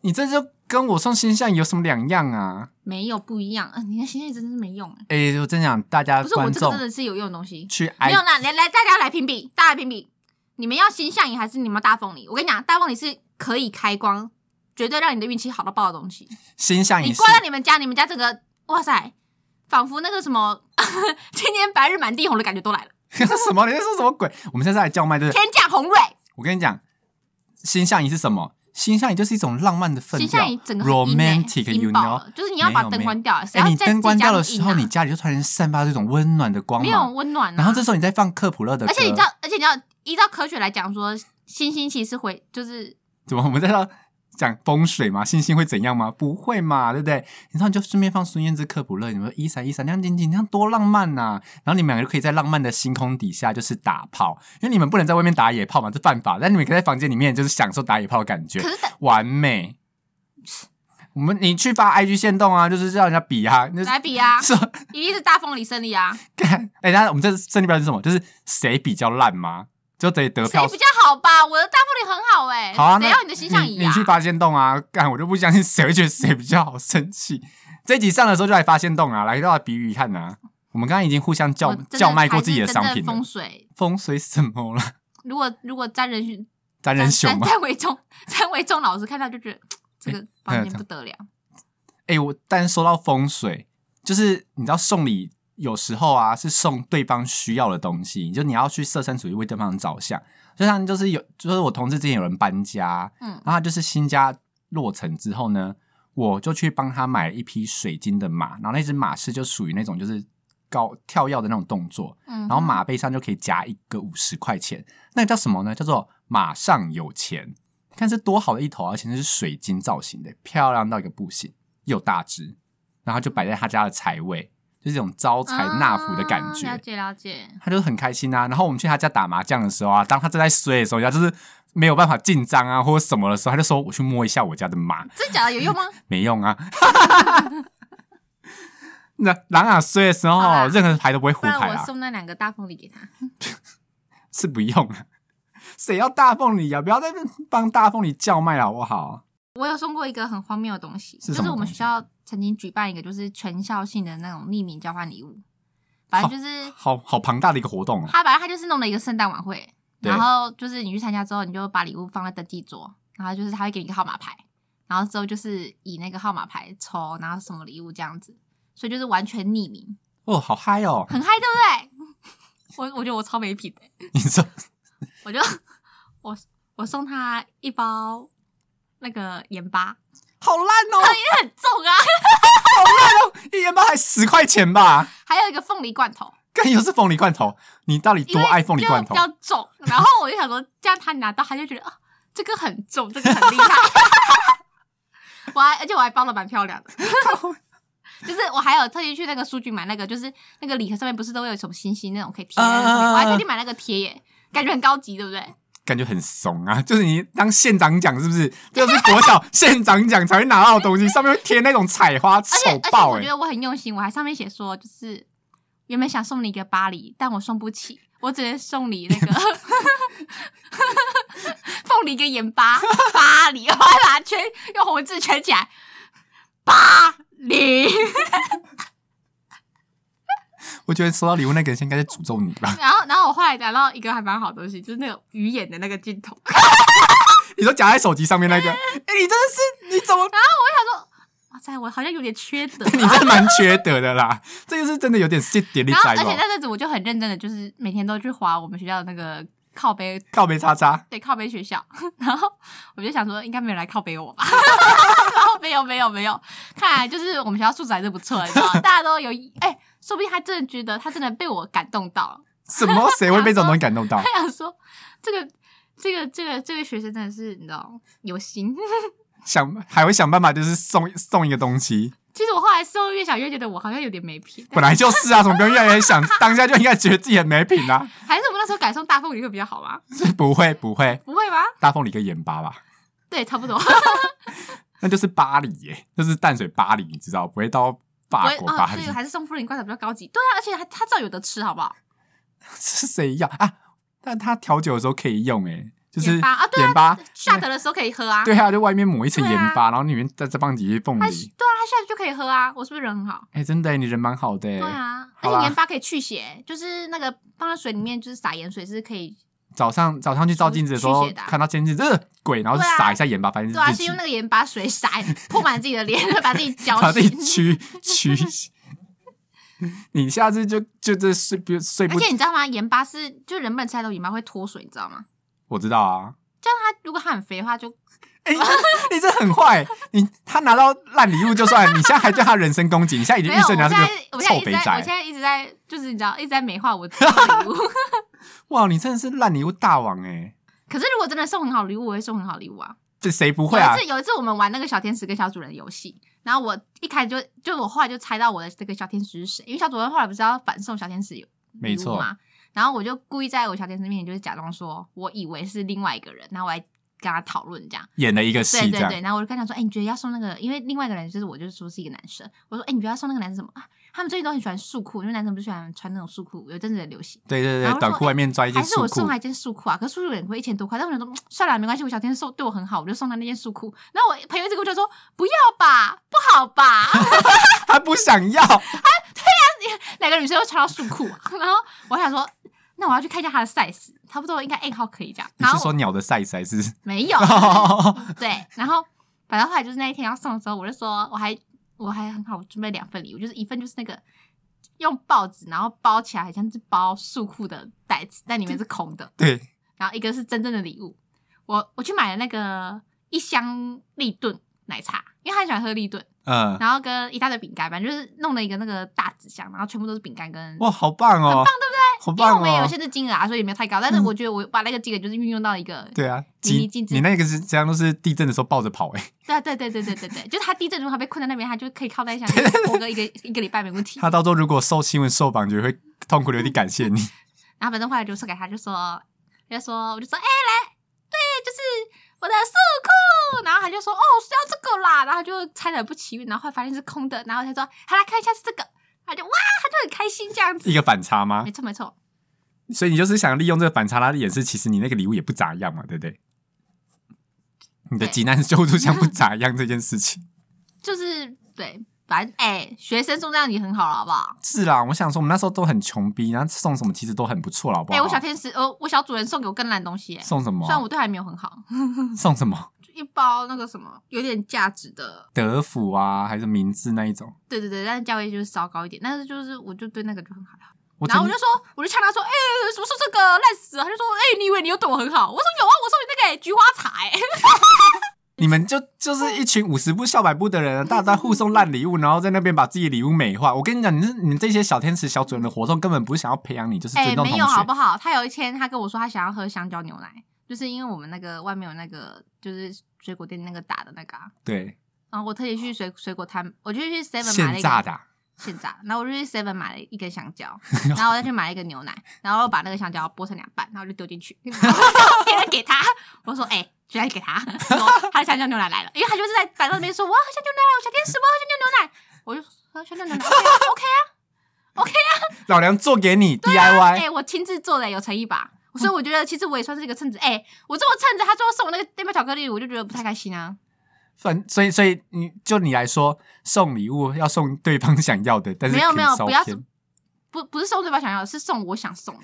Speaker 2: 你这就跟我送星象有什么两样啊？
Speaker 1: 没有不一样，嗯、你的心理真的是没用、欸，
Speaker 2: 哎、我真想大家
Speaker 1: 不是我
Speaker 2: 观
Speaker 1: 这个
Speaker 2: 众哎
Speaker 1: 真的是有用的东西，
Speaker 2: 去
Speaker 1: 没
Speaker 2: I
Speaker 1: 有啦，来来大家来评比，大家来评比，你们要星象仪还是你们要大凤梨？我跟你讲，大凤梨是可以开光，绝对让你的运气好到爆的东西。
Speaker 2: 星象
Speaker 1: 你
Speaker 2: 仪式
Speaker 1: 挂在你们家，你们家整个哇塞，仿佛那个什么 青天白日满地红的感觉都来了。
Speaker 2: 什么？你在说什么鬼？我们现在来叫卖，对不对？
Speaker 1: 天降 红瑞，
Speaker 2: 我跟你讲，星象仪是什么？星象仪就是一种浪漫的氛
Speaker 1: 形象
Speaker 2: 调
Speaker 1: 仪整个很阴欸
Speaker 2: ，romantic，you
Speaker 1: 阴爆
Speaker 2: know
Speaker 1: 了。就是你要把
Speaker 2: 没有
Speaker 1: 灯
Speaker 2: 没有
Speaker 1: 关掉，谁
Speaker 2: 哎、
Speaker 1: 要
Speaker 2: 你
Speaker 1: 在
Speaker 2: 灯
Speaker 1: 自己
Speaker 2: 关
Speaker 1: 家
Speaker 2: 掉的
Speaker 1: 里阴
Speaker 2: 时候，
Speaker 1: 啊
Speaker 2: 你家里就突然散发这种温暖的光
Speaker 1: 没有
Speaker 2: 芒。
Speaker 1: 温暖啊。
Speaker 2: 然后这时候你再放克普勒的歌，
Speaker 1: 而且你知道，而且你要依照科学来讲说，星星其实回就是
Speaker 2: 怎么我们在那讲风水嘛？星星会怎样吗？不会嘛，对不对？你知道你就顺便放孙燕姿、克卜勒，你们一闪一闪亮晶晶，那样多浪漫呐、然后你们两个就可以在浪漫的星空底下就是打炮，因为你们不能在外面打野炮嘛，这犯法。但你们可以在房间里面就是享受打野炮的感觉
Speaker 1: 可，是等
Speaker 2: 完美。我们你去发 IG 限动啊，就是让人家比啊，就是
Speaker 1: 来比 啊，
Speaker 2: 说
Speaker 1: 一定是大风里胜利啊，
Speaker 2: 干哎，那、我们这胜利标准是什么？就是谁比较烂吗？就得得
Speaker 1: 谁
Speaker 2: 票
Speaker 1: 比较好吧？我的大风里很好哎，
Speaker 2: 好啊，
Speaker 1: 谁
Speaker 2: 那
Speaker 1: 要你的形象仪
Speaker 2: 你
Speaker 1: 啊
Speaker 2: 你？去发现洞啊！ 干，我就不相信谁会觉得谁比较好生气。这一集上的时候就来发现洞啊，来到比比看啊。我们刚刚已经互相叫
Speaker 1: 我哦真的
Speaker 2: 叫卖过自己的
Speaker 1: 还是真
Speaker 2: 商品了
Speaker 1: 风，水，
Speaker 2: 风水什 么了？
Speaker 1: 如果如果詹仁勋、
Speaker 2: 咱人
Speaker 1: 詹
Speaker 2: 熊啊哎
Speaker 1: 詹
Speaker 2: 吗？
Speaker 1: 詹维忠、 詹维忠老师看到就觉得这个房间不得了，
Speaker 2: 哎、我但是说到风水，就是你知道送礼有时候啊是送对方需要的东西，就你要去设身处地为对方着想。就像就是有，就是我同事之前有人搬家，
Speaker 1: 嗯，
Speaker 2: 然后他就是新家落成之后呢，我就去帮他买了一匹水晶的马，然后那只马是就属于那种就是高跳跃的那种动作，
Speaker 1: 嗯，
Speaker 2: 然后马背上就可以夹一个五十块钱，那个叫什么呢？叫做马上有钱。看是多好的一头啊，而且那是水晶造型的，漂亮到一个不行，又大只，然后就摆在他家的财位，就是这种招财纳福的感觉。
Speaker 1: 嗯啊了解了解，
Speaker 2: 他就是很开心啊。然后我们去他家打麻将的时候啊，当他正在睡的时候，人家就是没有办法进张啊或者什么的时候，他就说我去摸一下我家的马，
Speaker 1: 真假的有用吗？
Speaker 2: 没用啊。 那朗朗睡的时候哦
Speaker 1: 好啦，
Speaker 2: 任何牌都不会胡
Speaker 1: 不然
Speaker 2: 牌
Speaker 1: 我
Speaker 2: 啊，
Speaker 1: 送那两个大凤梨给他。
Speaker 2: 是不用啊。谁要大凤梨啊？不要在那边帮大凤梨叫卖了好不好？
Speaker 1: 我有送过一个很荒谬的东西，
Speaker 2: 是什
Speaker 1: 就
Speaker 2: 么
Speaker 1: 是我们学校曾经举办一个就是全校性的那种匿名交换礼物，反正就是
Speaker 2: 好好庞大的一个活动啊！
Speaker 1: 他，反正他就是弄了一个圣诞晚会，
Speaker 2: 对
Speaker 1: 然后就是你去参加之后，你就把礼物放在登记桌，然后就是他会给你一个号码牌，然后之后就是以那个号码牌抽，然后什么礼物这样子，所以就是完全匿名，
Speaker 2: 哦，好嗨哦！
Speaker 1: 很嗨，对 不对？我我觉得我超没品的，
Speaker 2: 你说
Speaker 1: 我就我我送他一包那个盐巴，
Speaker 2: 好烂哦，
Speaker 1: 很重啊，
Speaker 2: 一元包才十块钱吧？
Speaker 1: 还有一个凤梨罐头。
Speaker 2: 干又是凤梨罐头，你到底
Speaker 1: 因
Speaker 2: 多
Speaker 1: 为
Speaker 2: 爱凤梨罐头
Speaker 1: 就比？较重。然后我就想说，这样他拿到，他就觉得啊，这个很重，这个很厉害。 我还而且我还包的蛮漂亮的， 就是我还有特意去那个书局买那个，就是那个礼盒上面不是都会有什么星星那种可以贴在那上面，
Speaker 2: 啊啊啊啊
Speaker 1: 我还特地买那个贴耶，感觉很高级，对不对？
Speaker 2: 感觉很怂啊， 就是你当县长奖是不是？就是国小 县长奖才会拿到的东西，上面会贴那种彩花，
Speaker 1: 而且
Speaker 2: 丑
Speaker 1: 而且
Speaker 2: 爆
Speaker 1: 我
Speaker 2: 哎、
Speaker 1: 觉得我很用心，我还上面写说，就是原本想送你一个巴黎，但我送不起，我只能送你那个 凤梨跟盐巴巴黎，我还把它圈用红字圈起来，巴 黎。
Speaker 2: 我觉得收到礼物那个人应该在诅咒你吧？
Speaker 1: 然后然后我后来拿到一个还蛮好的东西，就是那个鱼眼的那个镜头，
Speaker 2: 你说夹在手机上面 那个，哎、你真的是你怎么？ 欸。
Speaker 1: 哇塞，我好像有点缺德
Speaker 2: 你真的蛮缺德的啦， 这个是真的有点谢点你哦
Speaker 1: 然后，
Speaker 2: 在
Speaker 1: 而且
Speaker 2: 吧？
Speaker 1: 那阵子我就很认真的，就是每天都去划我们学校的那个靠背
Speaker 2: 告别叉叉，
Speaker 1: 对靠背学校， 然后我就想说应该没有来靠背我吧， 然后没有没有没有，看来就是我们学校素质还是不错，你知道吗，大家都有哎、说不定他真的觉得他真的被我感动到了，
Speaker 2: 什么谁会被这种东西感动到
Speaker 1: 他？想说这个这个这个这个学生真的是你知道有心，
Speaker 2: 想还会想办法，就是送送一个东西，
Speaker 1: 其实我后来事后越想越觉得我好像有点没品，
Speaker 2: 本来就是啊，怎么不用越来越想，当下就应该觉得自己很没品啊？
Speaker 1: 还是我们那时候改送大凤梨会比较好吗？
Speaker 2: 是不会不会，
Speaker 1: 不会吗？
Speaker 2: 大凤梨跟盐巴吧，
Speaker 1: 对，差不多。
Speaker 2: 那就是巴黎耶，就是淡水巴黎，你知道，不会到
Speaker 1: 不
Speaker 2: 法
Speaker 1: 会
Speaker 2: 国
Speaker 1: 啊，
Speaker 2: 巴
Speaker 1: 所
Speaker 2: 黎
Speaker 1: 以，还是送富林罐头比较高级。对啊，而且他他知道有的吃，好不好？
Speaker 2: 是谁要啊？但他调酒的时候可以用哎，就是
Speaker 1: 盐巴啊对啊
Speaker 2: 盐巴，
Speaker 1: 下得的时候可以喝啊。
Speaker 2: 对啊，就外面抹一层
Speaker 1: 对啊
Speaker 2: 盐巴，然后里面再再放几粒凤
Speaker 1: 他对
Speaker 2: 梨。
Speaker 1: 啊，他下得就可以喝啊。我是不是人很好？
Speaker 2: 哎，真的耶，你人蛮好的耶。
Speaker 1: 对啊，而
Speaker 2: 好啦
Speaker 1: 且盐巴可以去血，就是那个放在水里面，就是撒盐水是可以。
Speaker 2: 早上早上去照镜子的时候
Speaker 1: 驱邪，的啊
Speaker 2: 看到监视这鬼，然后
Speaker 1: 对啊
Speaker 2: 撒一下盐巴，发现是
Speaker 1: 对啊，
Speaker 2: 自
Speaker 1: 是
Speaker 2: 己
Speaker 1: 用，那个盐巴水撒泼满自己的 脸，把自己浇
Speaker 2: 把自己
Speaker 1: 醒。
Speaker 2: 驱驱。 你下次就就这睡不睡
Speaker 1: 而
Speaker 2: 不？
Speaker 1: 且你知道吗？盐巴是就人本吃太多盐巴会脱水，你知道吗？
Speaker 2: 我知道啊，
Speaker 1: 这样它如果它很肥的话，就
Speaker 2: 哎、你这很坏，你他拿到烂礼物就算，你现在还对他人身攻击，你现在已经
Speaker 1: 没
Speaker 2: 预
Speaker 1: 有。我
Speaker 2: 设
Speaker 1: 现
Speaker 2: 你要是
Speaker 1: 在
Speaker 2: 个
Speaker 1: 我现在
Speaker 2: 臭
Speaker 1: 一直
Speaker 2: 肥
Speaker 1: 在我现
Speaker 2: 宅。
Speaker 1: 在一直在就是你知道一直在美化我自己的礼物。
Speaker 2: 哇，你真的是烂礼物大王哎、
Speaker 1: 可是如果真的送很好礼物，我会送很好礼物啊。
Speaker 2: 这谁不会啊
Speaker 1: 有一？次，有一次我们玩那个小天使跟小主人游戏，然后我一开始就就我后来就猜到我的这个小天使是谁，因为小主人后来不是要反送小天使有
Speaker 2: 没错
Speaker 1: 礼物嘛，然后我就故意在我小天使面前就是假装说我以为是另外一个人，然后我还跟他讨论这样。
Speaker 2: 演了一个戏
Speaker 1: 对
Speaker 2: 这
Speaker 1: 对
Speaker 2: 样
Speaker 1: 对，，然后我就跟他说：“哎、你觉得要送那个？因为另外一个人就是我，就是说是一个男生。我说：‘哎、你不要送那个男生什么啊？他们最近都很喜欢束裤，因为男生不是喜欢穿那种束裤，有一阵子很流行。’
Speaker 2: 对对
Speaker 1: 然
Speaker 2: 对，
Speaker 1: 后
Speaker 2: 短
Speaker 1: 说哎
Speaker 2: 裤外面抓一件
Speaker 1: 还是
Speaker 2: 束
Speaker 1: 我送
Speaker 2: 裤
Speaker 1: 他，一件束裤啊？可是束裤也会一千多块，但我想说嗯算了，没关系，我小天送对我很好，我就送他那件束裤。然后我朋友一直跟我讲说不要吧，不好吧，
Speaker 2: 他不想要，
Speaker 1: 哪个女生都穿到束裤啊？然后我想说，那我要去看一下她的 size，差不多应该 M 号可以这样。
Speaker 2: 你
Speaker 1: 然
Speaker 2: 是
Speaker 1: 后
Speaker 2: 说
Speaker 1: 我
Speaker 2: 鸟的 size 还是？，
Speaker 1: 没有 对，然后反正后来就是那一天要送的时候，我就说我还我还很好，我准备两份礼物，就是一份就是那个。用报纸，然后包起来，好像是包束裤的袋子，但里面是空的。
Speaker 2: 对，
Speaker 1: 然后一个是真正的礼物。我我去买了那个一箱立顿奶茶，因为他很喜欢喝立顿，
Speaker 2: 嗯，
Speaker 1: 然后跟一大堆饼干，反正就是弄了一个那个大纸箱，然后全部都是饼干跟。
Speaker 2: 哇，好棒哦，很棒，对不
Speaker 1: 因
Speaker 2: 对？
Speaker 1: 为
Speaker 2: 好
Speaker 1: 我
Speaker 2: 棒
Speaker 1: 们也有
Speaker 2: 哦！嗯
Speaker 1: 限制金额啊，所以也没有太高，但是我觉得我把那个金额就是运用到一个，
Speaker 2: 对啊，
Speaker 1: 淋漓
Speaker 2: 几
Speaker 1: 尽致
Speaker 2: 你那个是这样，都是地震的时候抱着跑哎、欸
Speaker 1: 对啊对对对对对对，就是他地震如果他被困在那边，他就可以靠在想活个一个一个礼拜没问题。
Speaker 2: 他到时候如果受新闻受访，就会痛苦流涕感谢你。
Speaker 1: 然后反正后来就送给他，就说，就说，我就说，哎、来，对，就是我的束裤。然后他就说，哦，是要这个啦。然后他就猜的不情愿，然后后来发现是空的，然后他说，好啦，看一下是这个。他就哇，他就很开心这样子。
Speaker 2: 一个反差吗
Speaker 1: 没？错没错，
Speaker 2: 所以你就是想利用这个反差来掩饰，其实你那个礼物也不咋样嘛，对不对？你的
Speaker 1: 对
Speaker 2: 急难救助像不咋样这件事情
Speaker 1: 就是对，反正哎、学生送这样也很好了，好不好？
Speaker 2: 是啦，我想说我们那时候都很穷逼，然后送什么其实都很不错了，好不
Speaker 1: 哎、
Speaker 2: 好？
Speaker 1: 我小天使，呃，我小主人送给我更烂东西、哎，
Speaker 2: 送什么
Speaker 1: 虽然我
Speaker 2: 啊？
Speaker 1: 对他也没有很好，
Speaker 2: 送什么？
Speaker 1: 就一包那个什么有点价值的，
Speaker 2: 德芙啊，还是明治那一种？
Speaker 1: 对对对，但是价位就是稍高一点，但是就是我就对那个就很好。
Speaker 2: 我
Speaker 1: 然后我
Speaker 2: 曾
Speaker 1: 就说，我就呛他说，哎、什么时候这个烂死了？他就说，哎、你以为你又对我很好？我说有啊，我送你那个、哎菊花茶、 哎，
Speaker 2: 你们就就是一群五十步笑百步的人，啊大家互送烂礼物，然后在那边把自己礼物美化。我跟你讲，你这你们这些小天使、小主人的活动根本不是想要培养你，就是
Speaker 1: 哎、
Speaker 2: 尊重
Speaker 1: 没
Speaker 2: 同
Speaker 1: 有好
Speaker 2: 学
Speaker 1: 不。好？他有一天他跟我说他想要喝香蕉牛奶，就是因为我们那个外面有那个就是水果店那个打的那个、啊，
Speaker 2: 对，
Speaker 1: 然后我特地去水水果摊，我就去 Seven 买了
Speaker 2: 现
Speaker 1: 一
Speaker 2: 榨
Speaker 1: 个
Speaker 2: 的啊、
Speaker 1: 现榨，然后我就去 Seven 买了一根香蕉，然后我再去买了一个牛奶，然后把那个香蕉剥成两半，然后就丢进去， 然后别人给他，我说哎。居然给他， 说他的香蕉牛奶来了，因为他就是在摆到那边说我要喝香蕉牛奶，我小天使，我要香蕉牛奶，我就喝香蕉牛奶，OK 啊，OK 啊，
Speaker 2: 老娘做给你
Speaker 1: 哎、
Speaker 2: DIY，
Speaker 1: 我亲自做的，有诚意吧？所以我觉得其实我也算是一个称职，哎、我这么称职，他最后送我那个那包巧克力，我就觉得不太开心啊。
Speaker 2: 反所以所以你就你来说，送礼物要送对方想要的，但是
Speaker 1: 没有
Speaker 2: 可以
Speaker 1: 没有
Speaker 2: 稍
Speaker 1: 不要
Speaker 2: 偏
Speaker 1: 不不是送对方想要的，是送我想送的，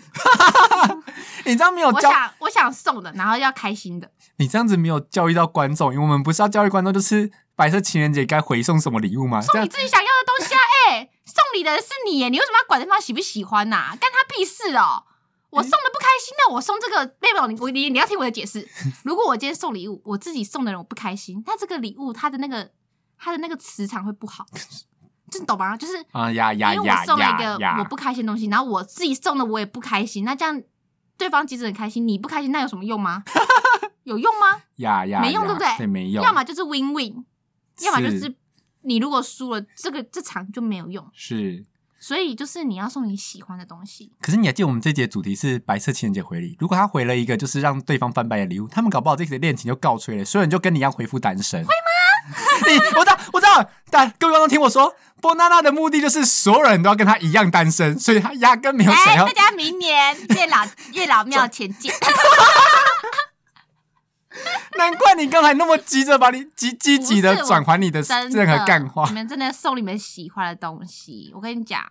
Speaker 2: 你这样没有
Speaker 1: 我
Speaker 2: 教，
Speaker 1: 想我想送的，然后要开心的。
Speaker 2: 你这样子没有教育到观众，因为我们不是要教育观众，就是白色情人节该回送什么礼物吗？这
Speaker 1: 送
Speaker 2: 样
Speaker 1: 你自己想要的 东西啊！哎、送礼的人是你耶，你为什么要管对方喜不喜欢呐、干他屁事哦！
Speaker 2: 嗯
Speaker 1: 我送的不开心，那我送这个代表你，我你你要听我的解 释。如果我今天送礼物，我自己送的人我不开心，那这个礼物它的那个它的那个磁场会不好，这你懂吗？就是
Speaker 2: 啊呀
Speaker 1: 因
Speaker 2: 呀
Speaker 1: 为我
Speaker 2: 呀
Speaker 1: 送了一
Speaker 2: 呀
Speaker 1: 个
Speaker 2: 呀
Speaker 1: 我！不开心的东西，然后我自己送的我也不开心，那这样对方即使很开心，你不开心，那有什么用 吗？有用吗？
Speaker 2: 呀呀，
Speaker 1: 没用
Speaker 2: 呀
Speaker 1: 对不对
Speaker 2: 对，没用，
Speaker 1: 要么就是 win win，要么就是你如果输了，这个这场就没有用。
Speaker 2: 是。
Speaker 1: 所以就是你要送你喜欢的东西，
Speaker 2: 可是你还记得我们这节主题是白色情人节回礼？如果他回了一个就是让对方翻白眼的礼物，他们搞不好这节恋情就告吹了，所有人就跟你一样回复单身，会吗？ 你我知道，我知道，但各位观众听我说，波娜娜的目的就是所有人都要跟他一样单身，所以他压根没有想
Speaker 1: 哎，
Speaker 2: 要
Speaker 1: 大家明年月老月老庙前见。
Speaker 2: 难怪你刚才那么急着把你积积极的
Speaker 1: 不是我
Speaker 2: 转还你的
Speaker 1: 真的，
Speaker 2: 任何干话
Speaker 1: 你。们真的送你们喜欢的东西。我跟你讲，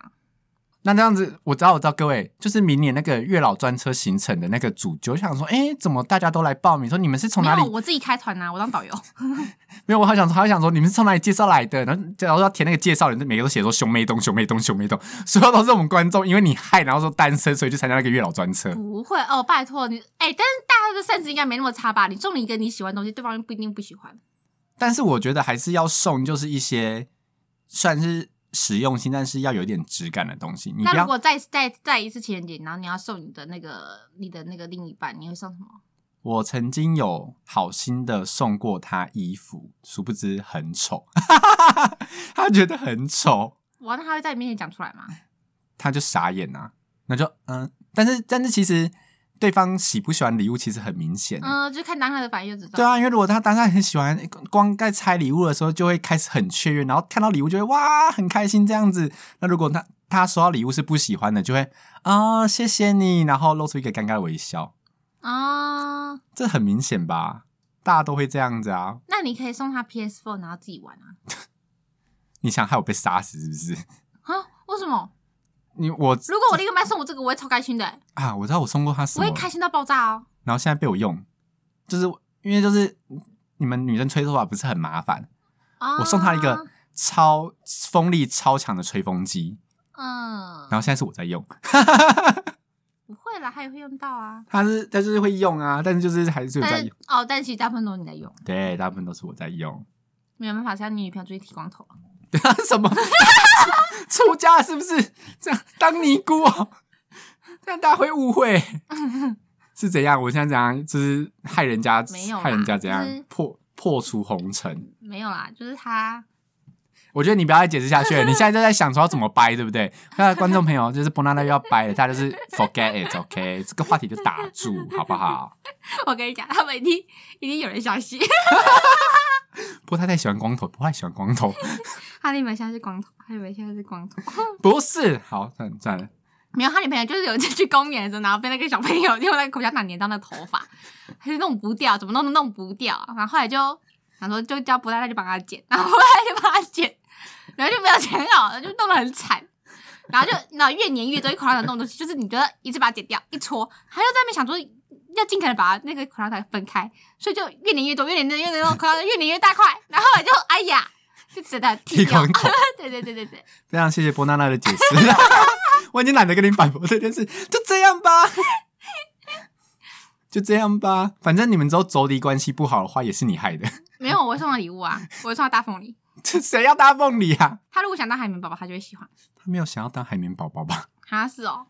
Speaker 2: 那这样子，我知道，我知道，各位，就是明年那个月老专车行程的那个主角，我想说，哎、怎么大家都来报名？说你们是从
Speaker 1: 没
Speaker 2: 哪里
Speaker 1: 有？我自己开团呐、啊我当导 游。
Speaker 2: 没有，我好想，好想说，你们是从哪里介绍来的？然后，然后要填那个介绍人，每个都写说熊妹东、熊妹东、熊妹东，所有都是我们观众，因为你害，然后说单身，所以去参加那个月老专车。
Speaker 1: 不会哦，拜托你，哎、但是大家的 sense 应该没那么差吧？你送你一个你喜欢的东西，对方不一定不喜欢。
Speaker 2: 但是我觉得还是要送，就是一些算是实用性，但是要有一点质感的东西。你不
Speaker 1: 那如
Speaker 2: 要
Speaker 1: 果再再再一次情人节，然后你要送你的那个你的那个另一半，你会送什么？
Speaker 2: 我曾经有好心的送过他衣服，殊不知很丑， 他觉得很丑，
Speaker 1: 哇，那他会在你面前讲出来吗？
Speaker 2: 他就傻眼啊，那就嗯，但是但是其实对方喜不喜欢礼物其实很明显、
Speaker 1: 嗯、就看当下的反应就知道。
Speaker 2: 对啊，因为如果他当下很喜欢，光在拆礼物的时候就会开始很雀跃，然后看到礼物就会哇很开心这样子。那如果他他收到礼物是不喜欢的，就会啊、谢谢你，然后露出一个尴尬的微笑，
Speaker 1: 啊、
Speaker 2: 这很明显吧？大家都会这样子啊，
Speaker 1: 那你可以送他 PS4，然后自己玩啊。
Speaker 2: 你想害我被杀死是不是？
Speaker 1: 啊？为什么？
Speaker 2: 你我
Speaker 1: 如果我另一半送我这个，我会超开心的、欸
Speaker 2: 啊，我知道我送过他什
Speaker 1: 我
Speaker 2: 么
Speaker 1: 会，开心到爆炸哦。
Speaker 2: 然后现在被我用，就是因为就是你们女生吹头发不是很麻烦，
Speaker 1: 啊
Speaker 2: 我送她一个超风力超强的吹风机，
Speaker 1: 嗯，
Speaker 2: 然后现在是我在用，
Speaker 1: 不会啦，他也会用到啊。
Speaker 2: 她是她就是会用啊，但是就是还是有在
Speaker 1: 但是
Speaker 2: 用，
Speaker 1: 哦，但其实大部分都是你在用，
Speaker 2: 对，大部分都是我在用，
Speaker 1: 没有办法，像你女朋友最近剃光头啊，
Speaker 2: 对啊， 什么 出家是不是这样当尼姑哦？这样大家会误 会是怎样？我现在怎样？就是害人家
Speaker 1: 没有啦
Speaker 2: 害人家怎样
Speaker 1: 就是
Speaker 2: 破破除红尘？
Speaker 1: 没有啦，就是他
Speaker 2: 我觉得你不要再解释下去了，你现在就在想说要怎么掰，对不对？那观众朋友就是 b o n a n a 又要掰了，他就是 forget it，OK，、这个话题就打住，好不好？
Speaker 1: 我跟你讲，他们一定一定有人相信，
Speaker 2: 不过他太喜欢光头，不太喜欢光头，
Speaker 1: 他女朋友现在是光头，他女朋友现在是光头，
Speaker 2: 不是？好，算了算了，
Speaker 1: 没有，他女朋友就是有一次去公园的时候，然后被那个小朋友用那个口香糖粘到那头发，他就弄不掉，怎么弄都弄不掉，然后后来就想说就叫不太太就帮他剪，然后不太太就帮他剪，然后就没有剪好，就弄得很惨。然后就，然后越粘越多，一口香糖弄东西，就是你觉得一次把它剪掉，一戳，他就在那边想说要尽可能把那个口香糖分开，所以就越粘越多，越粘越多，越粘越多，口香糖越粘越大块，然后我就哎呀，就只能剃
Speaker 2: 剃
Speaker 1: 掉
Speaker 2: 光。头。
Speaker 1: 对对对对对，
Speaker 2: 非常谢谢波娜娜的 解释，我已经懒得跟你反驳这件事，就这样吧， 就这样吧。反正你们之后妯娌关系不好的话，也是你害的。
Speaker 1: 没有，我会送他礼物啊，我会送他大凤梨。
Speaker 2: 这谁要搭凤梨啊？
Speaker 1: 他如果想当海绵宝宝，他就会喜欢。
Speaker 2: 他没有想要当海绵宝宝吧？
Speaker 1: 哈是哦，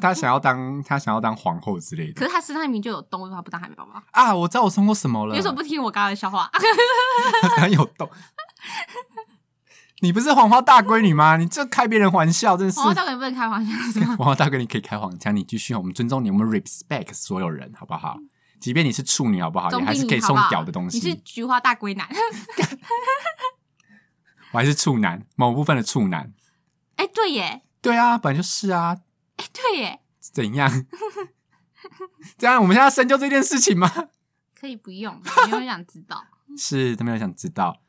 Speaker 2: 他想要当他想要当皇后之类的
Speaker 1: 可。是他身上明明就有洞，为什么他不当海绵宝宝？
Speaker 2: 啊，我知道我送过什么了。
Speaker 1: 你为 什么不听我刚刚的笑话？
Speaker 2: 很有洞。你不是黄花大闺女吗？你这开别人玩笑，真是
Speaker 1: 黄花大哥也不能开玩笑是 吗？
Speaker 2: 黄花大闺女可以开黄腔，你继续，我们尊重你，我们 respect 所有人，好不好？即便你是处女，好不好？
Speaker 1: 总
Speaker 2: 你
Speaker 1: 比
Speaker 2: 还是可以
Speaker 1: 嗯好
Speaker 2: 送
Speaker 1: 不好
Speaker 2: 屌的东西。
Speaker 1: 你是菊花大闺男。
Speaker 2: 我还是处男，某部分的处男。
Speaker 1: 哎、对耶，
Speaker 2: 对啊，本来就是啊，
Speaker 1: 哎、对耶，
Speaker 2: 怎样？这样我们现在要深究这件事情吗？
Speaker 1: 可以不用，没有人想知 道。
Speaker 2: 是，他们有想知道。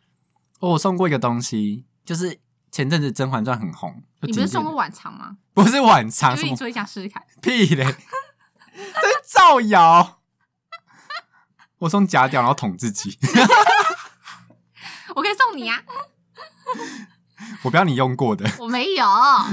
Speaker 2: 哦，我送过一个东西，就是前阵子《甄嬛传》很红，
Speaker 1: 你不
Speaker 2: 就
Speaker 1: 是
Speaker 2: 金靖
Speaker 1: 送过晚肠吗？
Speaker 2: 不是晚餐
Speaker 1: 因
Speaker 2: 什
Speaker 1: 为
Speaker 2: 么
Speaker 1: 你说你想试试看。
Speaker 2: 屁嘞，在造谣。我送假屌，然后捅自己。
Speaker 1: 我可以送你啊，
Speaker 2: 我不要你用过的，
Speaker 1: 我没有，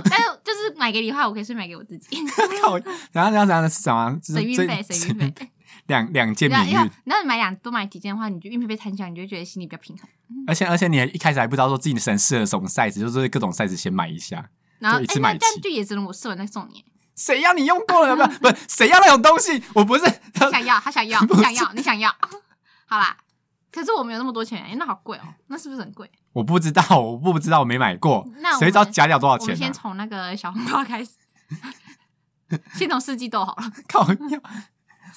Speaker 1: 但是就是就是买给你的话，我可以顺便买给我自 己，
Speaker 2: 靠，然后然后然后是什么？这
Speaker 1: 水运
Speaker 2: 这
Speaker 1: 费，水运费。
Speaker 2: 两两件
Speaker 1: 然后
Speaker 2: 免
Speaker 1: 要
Speaker 2: 运，
Speaker 1: 那你买两多买几件的话，你就运费被摊小，你就会觉得心里比较平衡。
Speaker 2: 而且而且你一开始还不知道说自己的神适合什么 size，就是各种 size 先买一下。
Speaker 1: 然后哎
Speaker 2: 就一次，
Speaker 1: 那
Speaker 2: 买
Speaker 1: 这
Speaker 2: 齐
Speaker 1: 样就也只能我试完再送你。
Speaker 2: 谁要你用过 了？不不，谁要那种东西？我不是，
Speaker 1: 你想要，他想要，
Speaker 2: 不
Speaker 1: 你想
Speaker 2: 是
Speaker 1: 要，你想要。 好啦，可是我没有那么多钱，哎那好贵哦，那是不是很贵？
Speaker 2: 我不知道，我不知道，我没买过
Speaker 1: 那。我
Speaker 2: 谁知道加掉多少
Speaker 1: 我
Speaker 2: 钱啊
Speaker 1: 们先
Speaker 2: 呢、
Speaker 1: 从那个小黄瓜开始，先从四季豆好了。
Speaker 2: 靠，要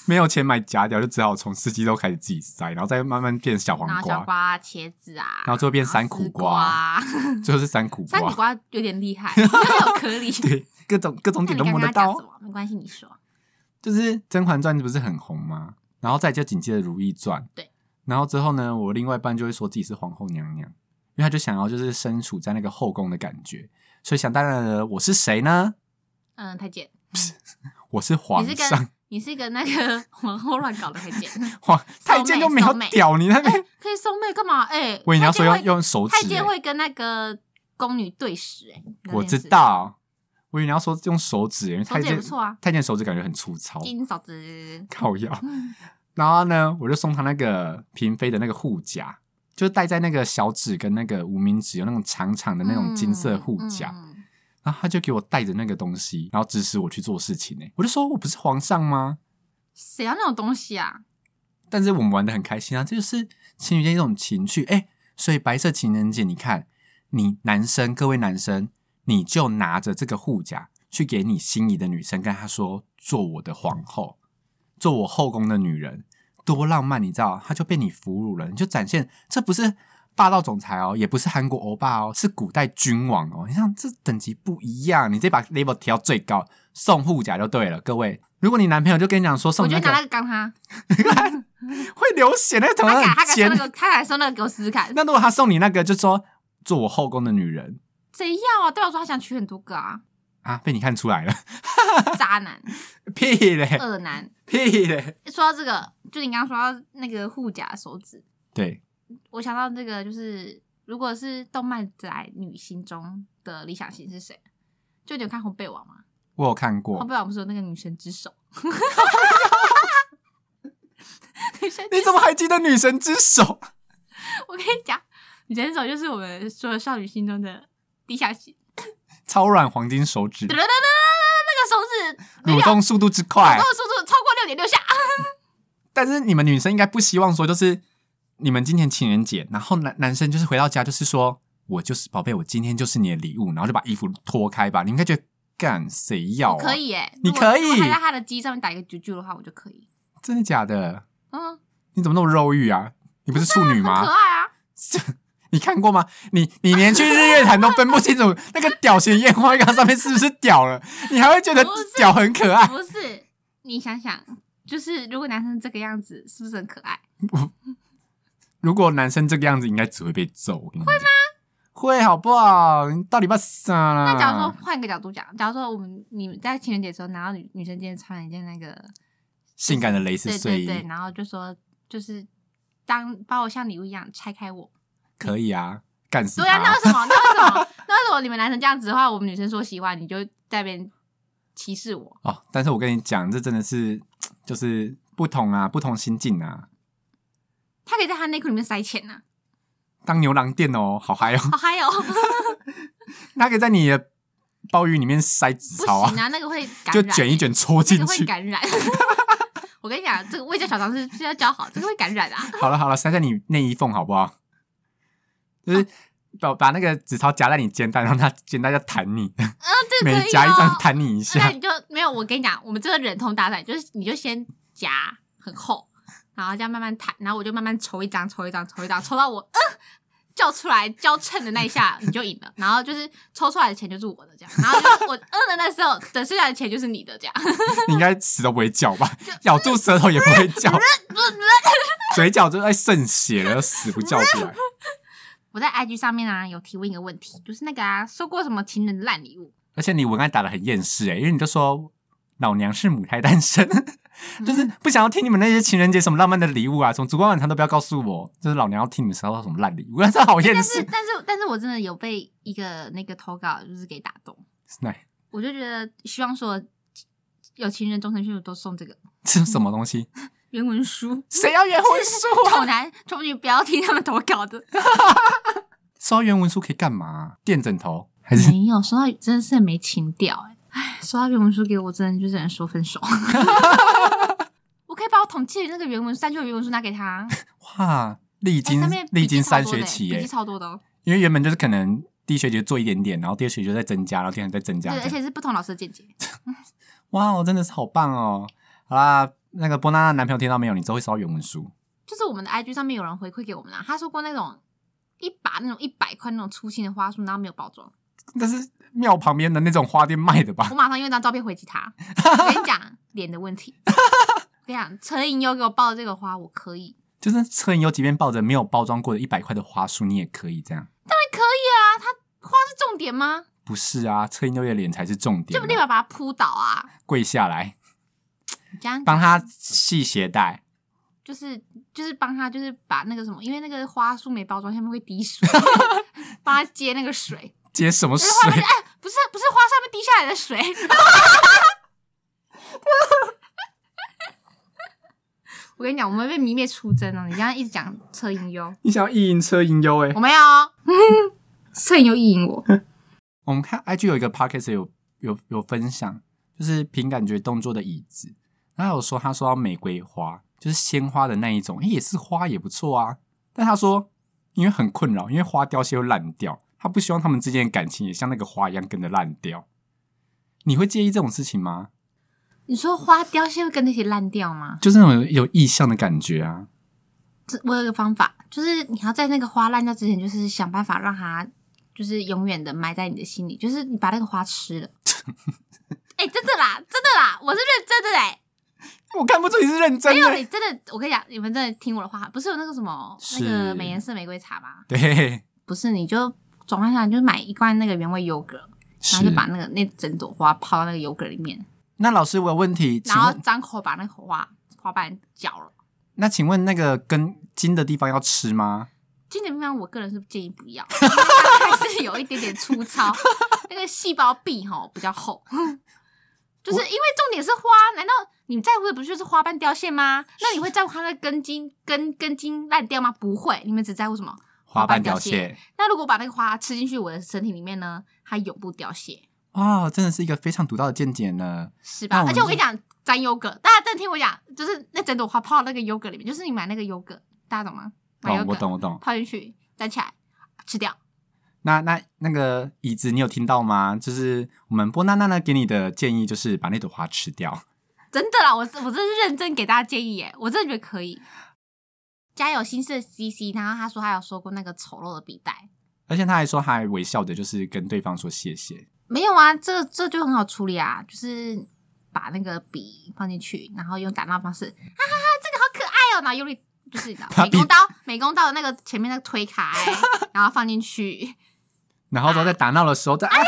Speaker 2: 没有钱买夹掉，就只好从四季豆开始自己塞，然后再慢慢变小黄
Speaker 1: 然后小
Speaker 2: 瓜，
Speaker 1: 瓜、茄子啊，
Speaker 2: 然后最后变山苦瓜
Speaker 1: 然后丝瓜
Speaker 2: 最后是三苦
Speaker 1: 山苦
Speaker 2: 瓜。
Speaker 1: 瓜有点厉害，因为有颗粒。
Speaker 2: 对，各种各种
Speaker 1: 那你
Speaker 2: 点都
Speaker 1: 刚
Speaker 2: 摸
Speaker 1: 刚
Speaker 2: 得
Speaker 1: 要
Speaker 2: 到
Speaker 1: 讲什。么？没关系，你说。
Speaker 2: 就是《甄嬛传》不是很红吗？然后再就紧接着《如懿传》。
Speaker 1: 对。
Speaker 2: 然后之后呢，我另外一半就会说自己是皇后娘娘，因为他就想要就是身处在那个后宫的感觉，所以想当然了，我是谁呢？
Speaker 1: 嗯，太监，
Speaker 2: 我是皇
Speaker 1: 你是
Speaker 2: 上
Speaker 1: 跟，你是跟那个 皇后乱搞的太 监，
Speaker 2: 皇太监就没有
Speaker 1: 骚妹
Speaker 2: 屌你 那边。
Speaker 1: 可以送妹干嘛？哎，
Speaker 2: 我以为你要
Speaker 1: 太
Speaker 2: 说要
Speaker 1: 监会
Speaker 2: 用手指、
Speaker 1: 太监
Speaker 2: 欸，
Speaker 1: 会跟那个宫女对视，哎，你
Speaker 2: 我
Speaker 1: 这
Speaker 2: 知
Speaker 1: 件事，
Speaker 2: 道。我以为你要说用手指欸、因为
Speaker 1: 手
Speaker 2: 太
Speaker 1: 指也不
Speaker 2: 监
Speaker 1: 错啊，
Speaker 2: 太监手指感觉很粗糙，
Speaker 1: 金嫂子。
Speaker 2: 靠腰。
Speaker 1: 嗯
Speaker 2: 然后呢，我就送他那个嫔妃的那个护甲，就是戴在那个小指跟那个无名指有那种长长的那种金色护甲。
Speaker 1: 嗯嗯
Speaker 2: 然后他就给我带着那个东西，然后指使我去做事情呢、欸我就说我不是皇上吗？
Speaker 1: 谁要那种东西啊？
Speaker 2: 但是我们玩的很开心啊，这就是情侣间一种情趣。哎、所以白色情人节，你看，你男生各位男生，你就拿着这个护甲去给你心仪的女生，跟她说做我的皇后，做我后宫的女人，多浪漫，你知道？她就被你俘虏了，你就展现这不是。霸道总裁哦，也不是韩国欧巴哦，是古代君王哦。你像这等级不一样，你这把 level 提到最高，送护甲就对了。各位，如果你男朋友就跟你讲说送
Speaker 1: 我
Speaker 2: 你
Speaker 1: 觉
Speaker 2: 那
Speaker 1: 得
Speaker 2: 个
Speaker 1: 拿那个刚他，
Speaker 2: 会流血，那个头
Speaker 1: 他敢他
Speaker 2: 很
Speaker 1: 敢说
Speaker 2: 尖
Speaker 1: 那。个，他敢说那个给我试试看。
Speaker 2: 那如果他送你那个，就说做我后宫的女人
Speaker 1: 谁要啊？对我说他想娶很多个啊，
Speaker 2: 啊，被你看出来了，
Speaker 1: 渣男、
Speaker 2: 屁嘞，
Speaker 1: 恶男。
Speaker 2: 屁嘞，
Speaker 1: 说到这个，就你刚刚说到那个护甲手指，
Speaker 2: 对，
Speaker 1: 我想到这个就是，如果是动漫宅女心中的理想型是谁？就你有看《红背王》吗？
Speaker 2: 我有看
Speaker 1: 《红
Speaker 2: 过。
Speaker 1: 背王》不是有那个女神之 手？女神之
Speaker 2: 你
Speaker 1: 手
Speaker 2: 怎么还记得女神之手？
Speaker 1: 我跟你讲，女神之手就是我们所有少女心中的理想型。
Speaker 2: 超软黄金手指
Speaker 1: 哒，哒哒哒哒哒，那个手指
Speaker 2: 蠕动速度之
Speaker 1: 我
Speaker 2: 快
Speaker 1: 的。速度超过六点六下，
Speaker 2: 但是你们女生应该不希望说，就是你们今天情人节，然后男男生就是回到家就是说我就是宝贝，我今天就是你的礼物，然后就把衣服脱开吧。你应该觉得干谁要、啊？
Speaker 1: 可？以耶！
Speaker 2: 你
Speaker 1: 如果
Speaker 2: 可以
Speaker 1: 如果他在他的鸡上面打一个啾啾的话，我就可以。
Speaker 2: 真的假的？
Speaker 1: 嗯，
Speaker 2: 你怎么那么肉欲啊？你不是处女
Speaker 1: 很
Speaker 2: 吗？
Speaker 1: 可爱啊！
Speaker 2: 你看过吗？你你连去日月潭都分不清楚那个屌型烟花缸上面是不是屌了，你还会觉得
Speaker 1: 不是
Speaker 2: 屌很可爱？
Speaker 1: 不是，你想想，就是如果男生这个样子，是不是很可爱？
Speaker 2: 如果男生这个样子，应该只会被揍。会吗？会好不好？你到底把啥啦？
Speaker 1: 那假如说换个角度讲，假如说我们你在情人节的时候，拿到女女生今天穿了一件那个，
Speaker 2: 性感的蕾丝
Speaker 1: 对
Speaker 2: 睡
Speaker 1: 对
Speaker 2: 衣
Speaker 1: 对，然后就说就是当把我像礼物一样拆开我，
Speaker 2: 可以啊，干死
Speaker 1: 对啊，那
Speaker 2: 他！
Speaker 1: 为什么？那为什么？那为什么你们男生这样子的话，我们女生说喜欢，你就在那边歧视我？
Speaker 2: 哦，但是我跟你讲，这真的是就是不同啊，不同心境啊。
Speaker 1: 他可以在他内裤里面塞钱呐、
Speaker 2: 当牛郎店哦，好嗨哦！
Speaker 1: 好嗨哦！
Speaker 2: 他可以在你的鲍鱼里面塞纸
Speaker 1: 不
Speaker 2: 钞啊
Speaker 1: 行，啊，那个会感染，欸
Speaker 2: 就卷一，卷戳
Speaker 1: 那
Speaker 2: 进
Speaker 1: 个会
Speaker 2: 去。
Speaker 1: 感染。 我跟你讲，这个卫教小常识是要教好，这个会感染啊。
Speaker 2: 好了好了，塞在你内衣缝好不好？就是把把那个纸钞夹在你肩带，然后它肩带就弹你，
Speaker 1: 嗯，哦这个
Speaker 2: 每
Speaker 1: 可以、哦。
Speaker 2: 夹一张弹 你一
Speaker 1: 那
Speaker 2: 下。
Speaker 1: 你就没有。我跟你讲，我们这个忍痛大战就是，你就先夹很厚，然后这样慢慢弹，然后我就慢慢抽一张，抽一张，抽一张，抽到我嗯叫出来交称的那一下，你就赢了。然后就是抽出来的钱就是我的这样，然后就是我嗯的那时候，等剩下的钱就是你的这样。
Speaker 2: 你应该死都不会叫吧？咬住舌头也不会 叫，嘴角就在渗血了，死不叫出来。
Speaker 1: 我在 IG 上面啊有提问一个问题，就是那个啊收过什么情人的烂礼物？
Speaker 2: 而且你文案打的很厌世欸诶、因为你就说老娘是母胎单身， 就是
Speaker 1: 嗯
Speaker 2: 不想要听你们那些情人节什么浪漫的礼物啊，什么烛光晚餐都不要告诉我，就是老娘要听你们收到什么烂礼物， 这好厌
Speaker 1: 但是
Speaker 2: 世。
Speaker 1: 但是但是我真的有被一个那个投稿就是给打动，
Speaker 2: 那
Speaker 1: 我就觉得希望说有情人终身幸福都送这个
Speaker 2: 这是什么东西？
Speaker 1: 原文书。
Speaker 2: 谁要原文 书啊？
Speaker 1: 丑男丑女不要听他们投稿的，
Speaker 2: 收到原文书可以干嘛？垫枕头还是？
Speaker 1: 没有说到真的是很没情调哎、哎，说到原文书给我，真的就只能说 分手。我可以把我统计的那个原文书，删去的原文书拿给 他，
Speaker 2: 哇，历
Speaker 1: 哎，
Speaker 2: 经
Speaker 1: 上面笔
Speaker 2: 历
Speaker 1: 记
Speaker 2: 经
Speaker 1: 超
Speaker 2: 三
Speaker 1: 多的
Speaker 2: 学
Speaker 1: 哎
Speaker 2: 期
Speaker 1: 笔
Speaker 2: 耶
Speaker 1: 记，超多的哦。
Speaker 2: 因为原本就是可能第一学期做一点点，然后第二学期就在增加，然后第三再增加
Speaker 1: 对，
Speaker 2: 这
Speaker 1: 而
Speaker 2: 样。
Speaker 1: 且是不同老师的见解。
Speaker 2: 哇，我真的是好棒哦！好啦，那个波娜娜男朋友听到没有？你之后会收到原文书，
Speaker 1: 就是我们的 IG 上面有人回馈给我们啊啦，他说过那种一把那种一百块那种粗心的花束，然后没有包装，
Speaker 2: 那是庙旁边的那种花店 卖的吧
Speaker 1: 我？马上用一张照片回击 他。我跟你讲，脸的问题。我跟你讲，陈颖优给我报的这个花，我可以，
Speaker 2: 就是车银有几遍抱着没有包装过的一百块的花束，你也可以这样。
Speaker 1: 当然可以啊。它花是重点吗？
Speaker 2: 不是啊，车银优的脸才是重点
Speaker 1: 就
Speaker 2: 嘛。
Speaker 1: 立马把它扑倒啊！
Speaker 2: 跪下来
Speaker 1: 你这样
Speaker 2: 帮他系鞋带，
Speaker 1: 就是就是帮他就是把那个什么，因为那个花束没包装，下面会滴 水，帮他接那个水。
Speaker 2: 接什么
Speaker 1: 就
Speaker 2: 水
Speaker 1: 是？花上面，哎，不是不是花上面滴下来的 水。我跟你讲，我们被迷妹出征了。你这样一直讲车银 优，
Speaker 2: 你想要意淫车银优哎
Speaker 1: 我？没有 哦，车银优意淫我。
Speaker 2: 我们看 IG 有一个 podcast 有有有分享，就是凭感觉动作的椅子，然后有说他说到玫瑰花，就是鲜花的那一种，诶、也是花也不错啊。但他说因为很困扰，因为花凋谢又烂掉，他不希望他们之间的感情也像那个花一样跟着烂掉。你会介意这种事情吗？
Speaker 1: 你说花凋谢会跟那些烂掉吗？
Speaker 2: 就是那种有意向的感觉啊。
Speaker 1: 这我有一个方法，就是你要在那个花烂掉之前，就是想办法让它就是永远的埋在你的心里，就是你把那个花吃 了。哎、真的啦，真的啦，我是认真的哎、
Speaker 2: 我看不出你是认真
Speaker 1: 没
Speaker 2: 的、
Speaker 1: 有，你真的，我跟你讲，你们真的听我的话，不是有那个什么
Speaker 2: 是
Speaker 1: 那个美颜色玫瑰茶吗？
Speaker 2: 对，
Speaker 1: 不是，你就转换下来，你就买一罐那个原味优格，然后
Speaker 2: 是
Speaker 1: 就。把那个那整朵花泡到那个优格里面，
Speaker 2: 那老师，我有问题，请
Speaker 1: 然后
Speaker 2: 问
Speaker 1: 张口把那个花花瓣嚼了。
Speaker 2: 那请问那个根茎的地方要吃吗？
Speaker 1: 经典地方，我个人是建议不要， 因为它还是有一点点粗糙，那个细胞壁哈比较厚。就是因为重点是花，难道你在乎的不就是花瓣凋谢吗？那你会在乎它的根茎根根茎烂掉吗？不会，你们只在乎什么？
Speaker 2: 花
Speaker 1: 花
Speaker 2: 瓣
Speaker 1: 瓣
Speaker 2: 凋
Speaker 1: 凋
Speaker 2: 谢
Speaker 1: 谢。那如果把那个花吃进去我的身体里面呢，它永不凋谢，
Speaker 2: 哇，哦真的是一个非常独到的见解呢。
Speaker 1: 是
Speaker 2: 那
Speaker 1: 吧
Speaker 2: 我？们
Speaker 1: 而且我跟
Speaker 2: 就
Speaker 1: 你讲，沾优格，大家真的听我讲，就是那整朵花泡到那个优格里面，就是你买那个优格，大家懂吗？买优
Speaker 2: 哦，
Speaker 1: 格，
Speaker 2: 我懂，我懂。
Speaker 1: 泡进去，粘起来，吃掉。
Speaker 2: 那那那个椅子，你有听到吗？就是我们波娜娜呢给你的建议，就是把那朵花吃掉。
Speaker 1: 真的啦，我是我真是认真给大家建议耶，我真的觉得可以。家有心事的 CC，然后他说他有说过那个丑陋的笔袋，
Speaker 2: 而且他还说，他还微笑着，就是跟对方说谢谢。
Speaker 1: 没有啊，这这就很好处理啊，就是把那个笔放进去，然后用打闹方式，哈哈哈，这个好可爱哦，然后用力就是你知道
Speaker 2: 把
Speaker 1: 美
Speaker 2: 笔
Speaker 1: 工刀，美工刀的那个前面那个推 开，然后放进去，
Speaker 2: 然后之后在打闹的时候，再、
Speaker 1: 哎
Speaker 2: 啊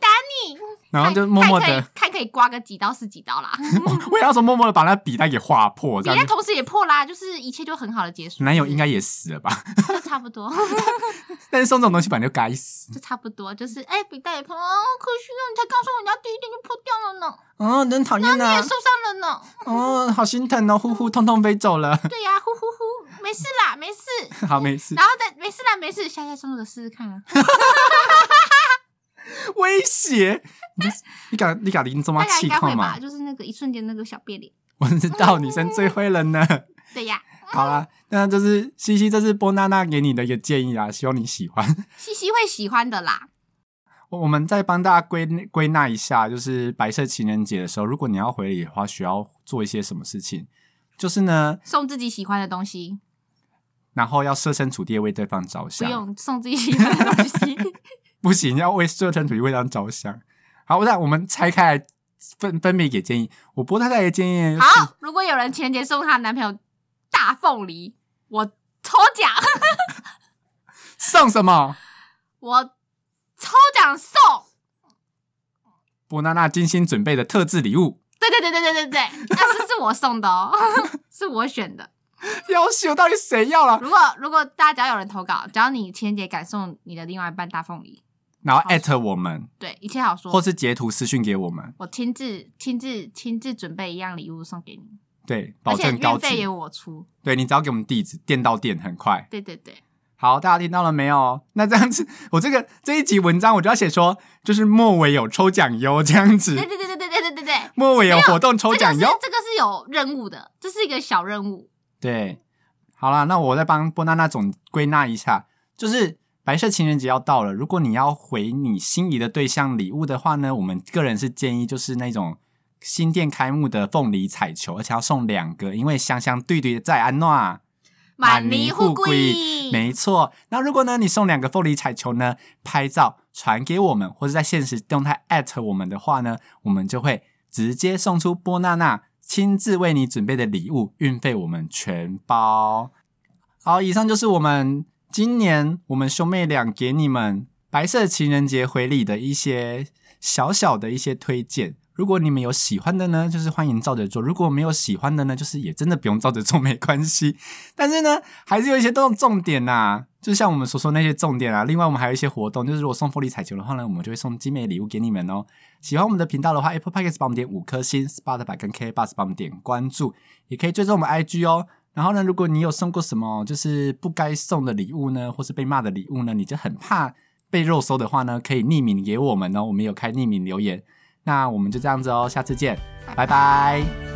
Speaker 1: 打你，
Speaker 2: 然后就
Speaker 1: 看
Speaker 2: 默默
Speaker 1: 看可以
Speaker 2: 的，
Speaker 1: 看可以刮个几刀是几刀啦，
Speaker 2: 我我也要说默默的把那笔袋给划破，
Speaker 1: 笔
Speaker 2: 这
Speaker 1: 袋
Speaker 2: 样子。
Speaker 1: 同时也破啦，就是一切就很好的结束。
Speaker 2: 男友应该也死了吧？
Speaker 1: 就差不多。
Speaker 2: 但是送这种东西本来就该死。
Speaker 1: 就差不多，就是哎，笔袋也破了，哦可惜哦，你才刚送人家第一天就破掉了呢，
Speaker 2: 哦，真讨厌
Speaker 1: 你也
Speaker 2: 呐、
Speaker 1: 受伤了呢。
Speaker 2: 哦，好心疼哦，呼呼，痛痛飞走了。
Speaker 1: 对呀、呼呼呼，没事啦，没事。
Speaker 2: 好，没事
Speaker 1: 然。后再没事啦，没事，下下送个试试看啊。
Speaker 2: 威胁？你这你敢你敢临终吗啊
Speaker 1: 大？家
Speaker 2: 气
Speaker 1: 应该
Speaker 2: 控
Speaker 1: 会
Speaker 2: 嘛
Speaker 1: 吧？？就是那个一瞬间那个小变脸。
Speaker 2: 我知道女生最会了 呢。
Speaker 1: 对呀、
Speaker 2: 好啦，那就是西西，这是波娜娜给你的一个建议啊，希望你喜欢。
Speaker 1: 西西会喜欢的啦。
Speaker 2: 我我们再帮大家归归纳一下，就是白色情人节的时候，如果你要回礼的话，需要做一些什么事情？就是呢，
Speaker 1: 送自己喜欢的东西，
Speaker 2: 然后要设身处地地为对方着
Speaker 1: 不
Speaker 2: 想，
Speaker 1: 用送自己喜欢的东 西。
Speaker 2: 不行，要为设身处地为他着想。好，那我们拆开来分分别给建议。我波太太的建议、就是，
Speaker 1: 好，如果有人情人节送她男朋友大凤梨，我抽奖，
Speaker 2: 送什么？
Speaker 1: 我抽奖送。
Speaker 2: 波娜娜精心准备的特制礼物，
Speaker 1: 对对对对对对 对，那是是我送的哦， 是我选的。
Speaker 2: 要求到底谁要了？
Speaker 1: 如果如果大家只要有人投稿，只要你情人节敢送你的另外一半大凤梨，
Speaker 2: 然后
Speaker 1: 好
Speaker 2: 艾特我们，
Speaker 1: 对，一切好说。
Speaker 2: 或是截图私讯给我们，
Speaker 1: 我亲自亲自亲自准备一样礼物送给你，
Speaker 2: 对，
Speaker 1: 而
Speaker 2: 保
Speaker 1: 且
Speaker 2: 证高
Speaker 1: 运费也
Speaker 2: 级。
Speaker 1: 我出。
Speaker 2: 对你只要给我们地址，店到店很快。
Speaker 1: 对对对，
Speaker 2: 好，大家听到了没有？那这样子， 我这个这一集文章我就要写说，就是末尾有抽奖哟，这样
Speaker 1: 对
Speaker 2: 子，
Speaker 1: 对对对对对对对对，
Speaker 2: 末尾有活动抽
Speaker 1: 这个
Speaker 2: 奖
Speaker 1: 是
Speaker 2: 哟。
Speaker 1: 这个是有任务的，这是一个小任务。
Speaker 2: 对，好啦，那我再帮波娜娜总归纳一下，就是白色情人节要到了，如果你要回你心仪的对象礼物的话呢，我们个人是建议就是那种新店开幕的凤梨彩球，而且要送两个，因为香香对对在安啊娜。
Speaker 1: 满泥护嗯
Speaker 2: 贵，没错。那如果呢，你送两个凤梨彩球呢，拍照传给我们，或者在现实动态艾特我们的话呢，我们就会直接送出波娜娜亲自为你准备的礼物，运费我们全包。好，以上就是我们今年我们兄妹俩给你们白色情人节回礼的一些小小的一些推荐。如果你们有喜欢的呢，就是欢迎照着做；如果没有喜欢的呢，就是也真的不用照着做，没关系。但是呢，还是有一些重重点呐、就像我们所说那些重点啊。另外，我们还有一些活动，就是如果送福利彩球的话呢，我们就会送精美礼物给你们哦。喜欢我们的频道的话，Apple Podcast 帮我们点五颗星，Spotify 跟 K Bus 帮我们点关注，也可以追踪我们 IG 哦。然后呢，如果你有送过什么就是不该送的礼物呢，或是被骂的礼物呢，你就很怕被肉搜的话呢，可以匿名给我们哦，我们有开匿名留言。那我们就这样子哦，下次见，拜拜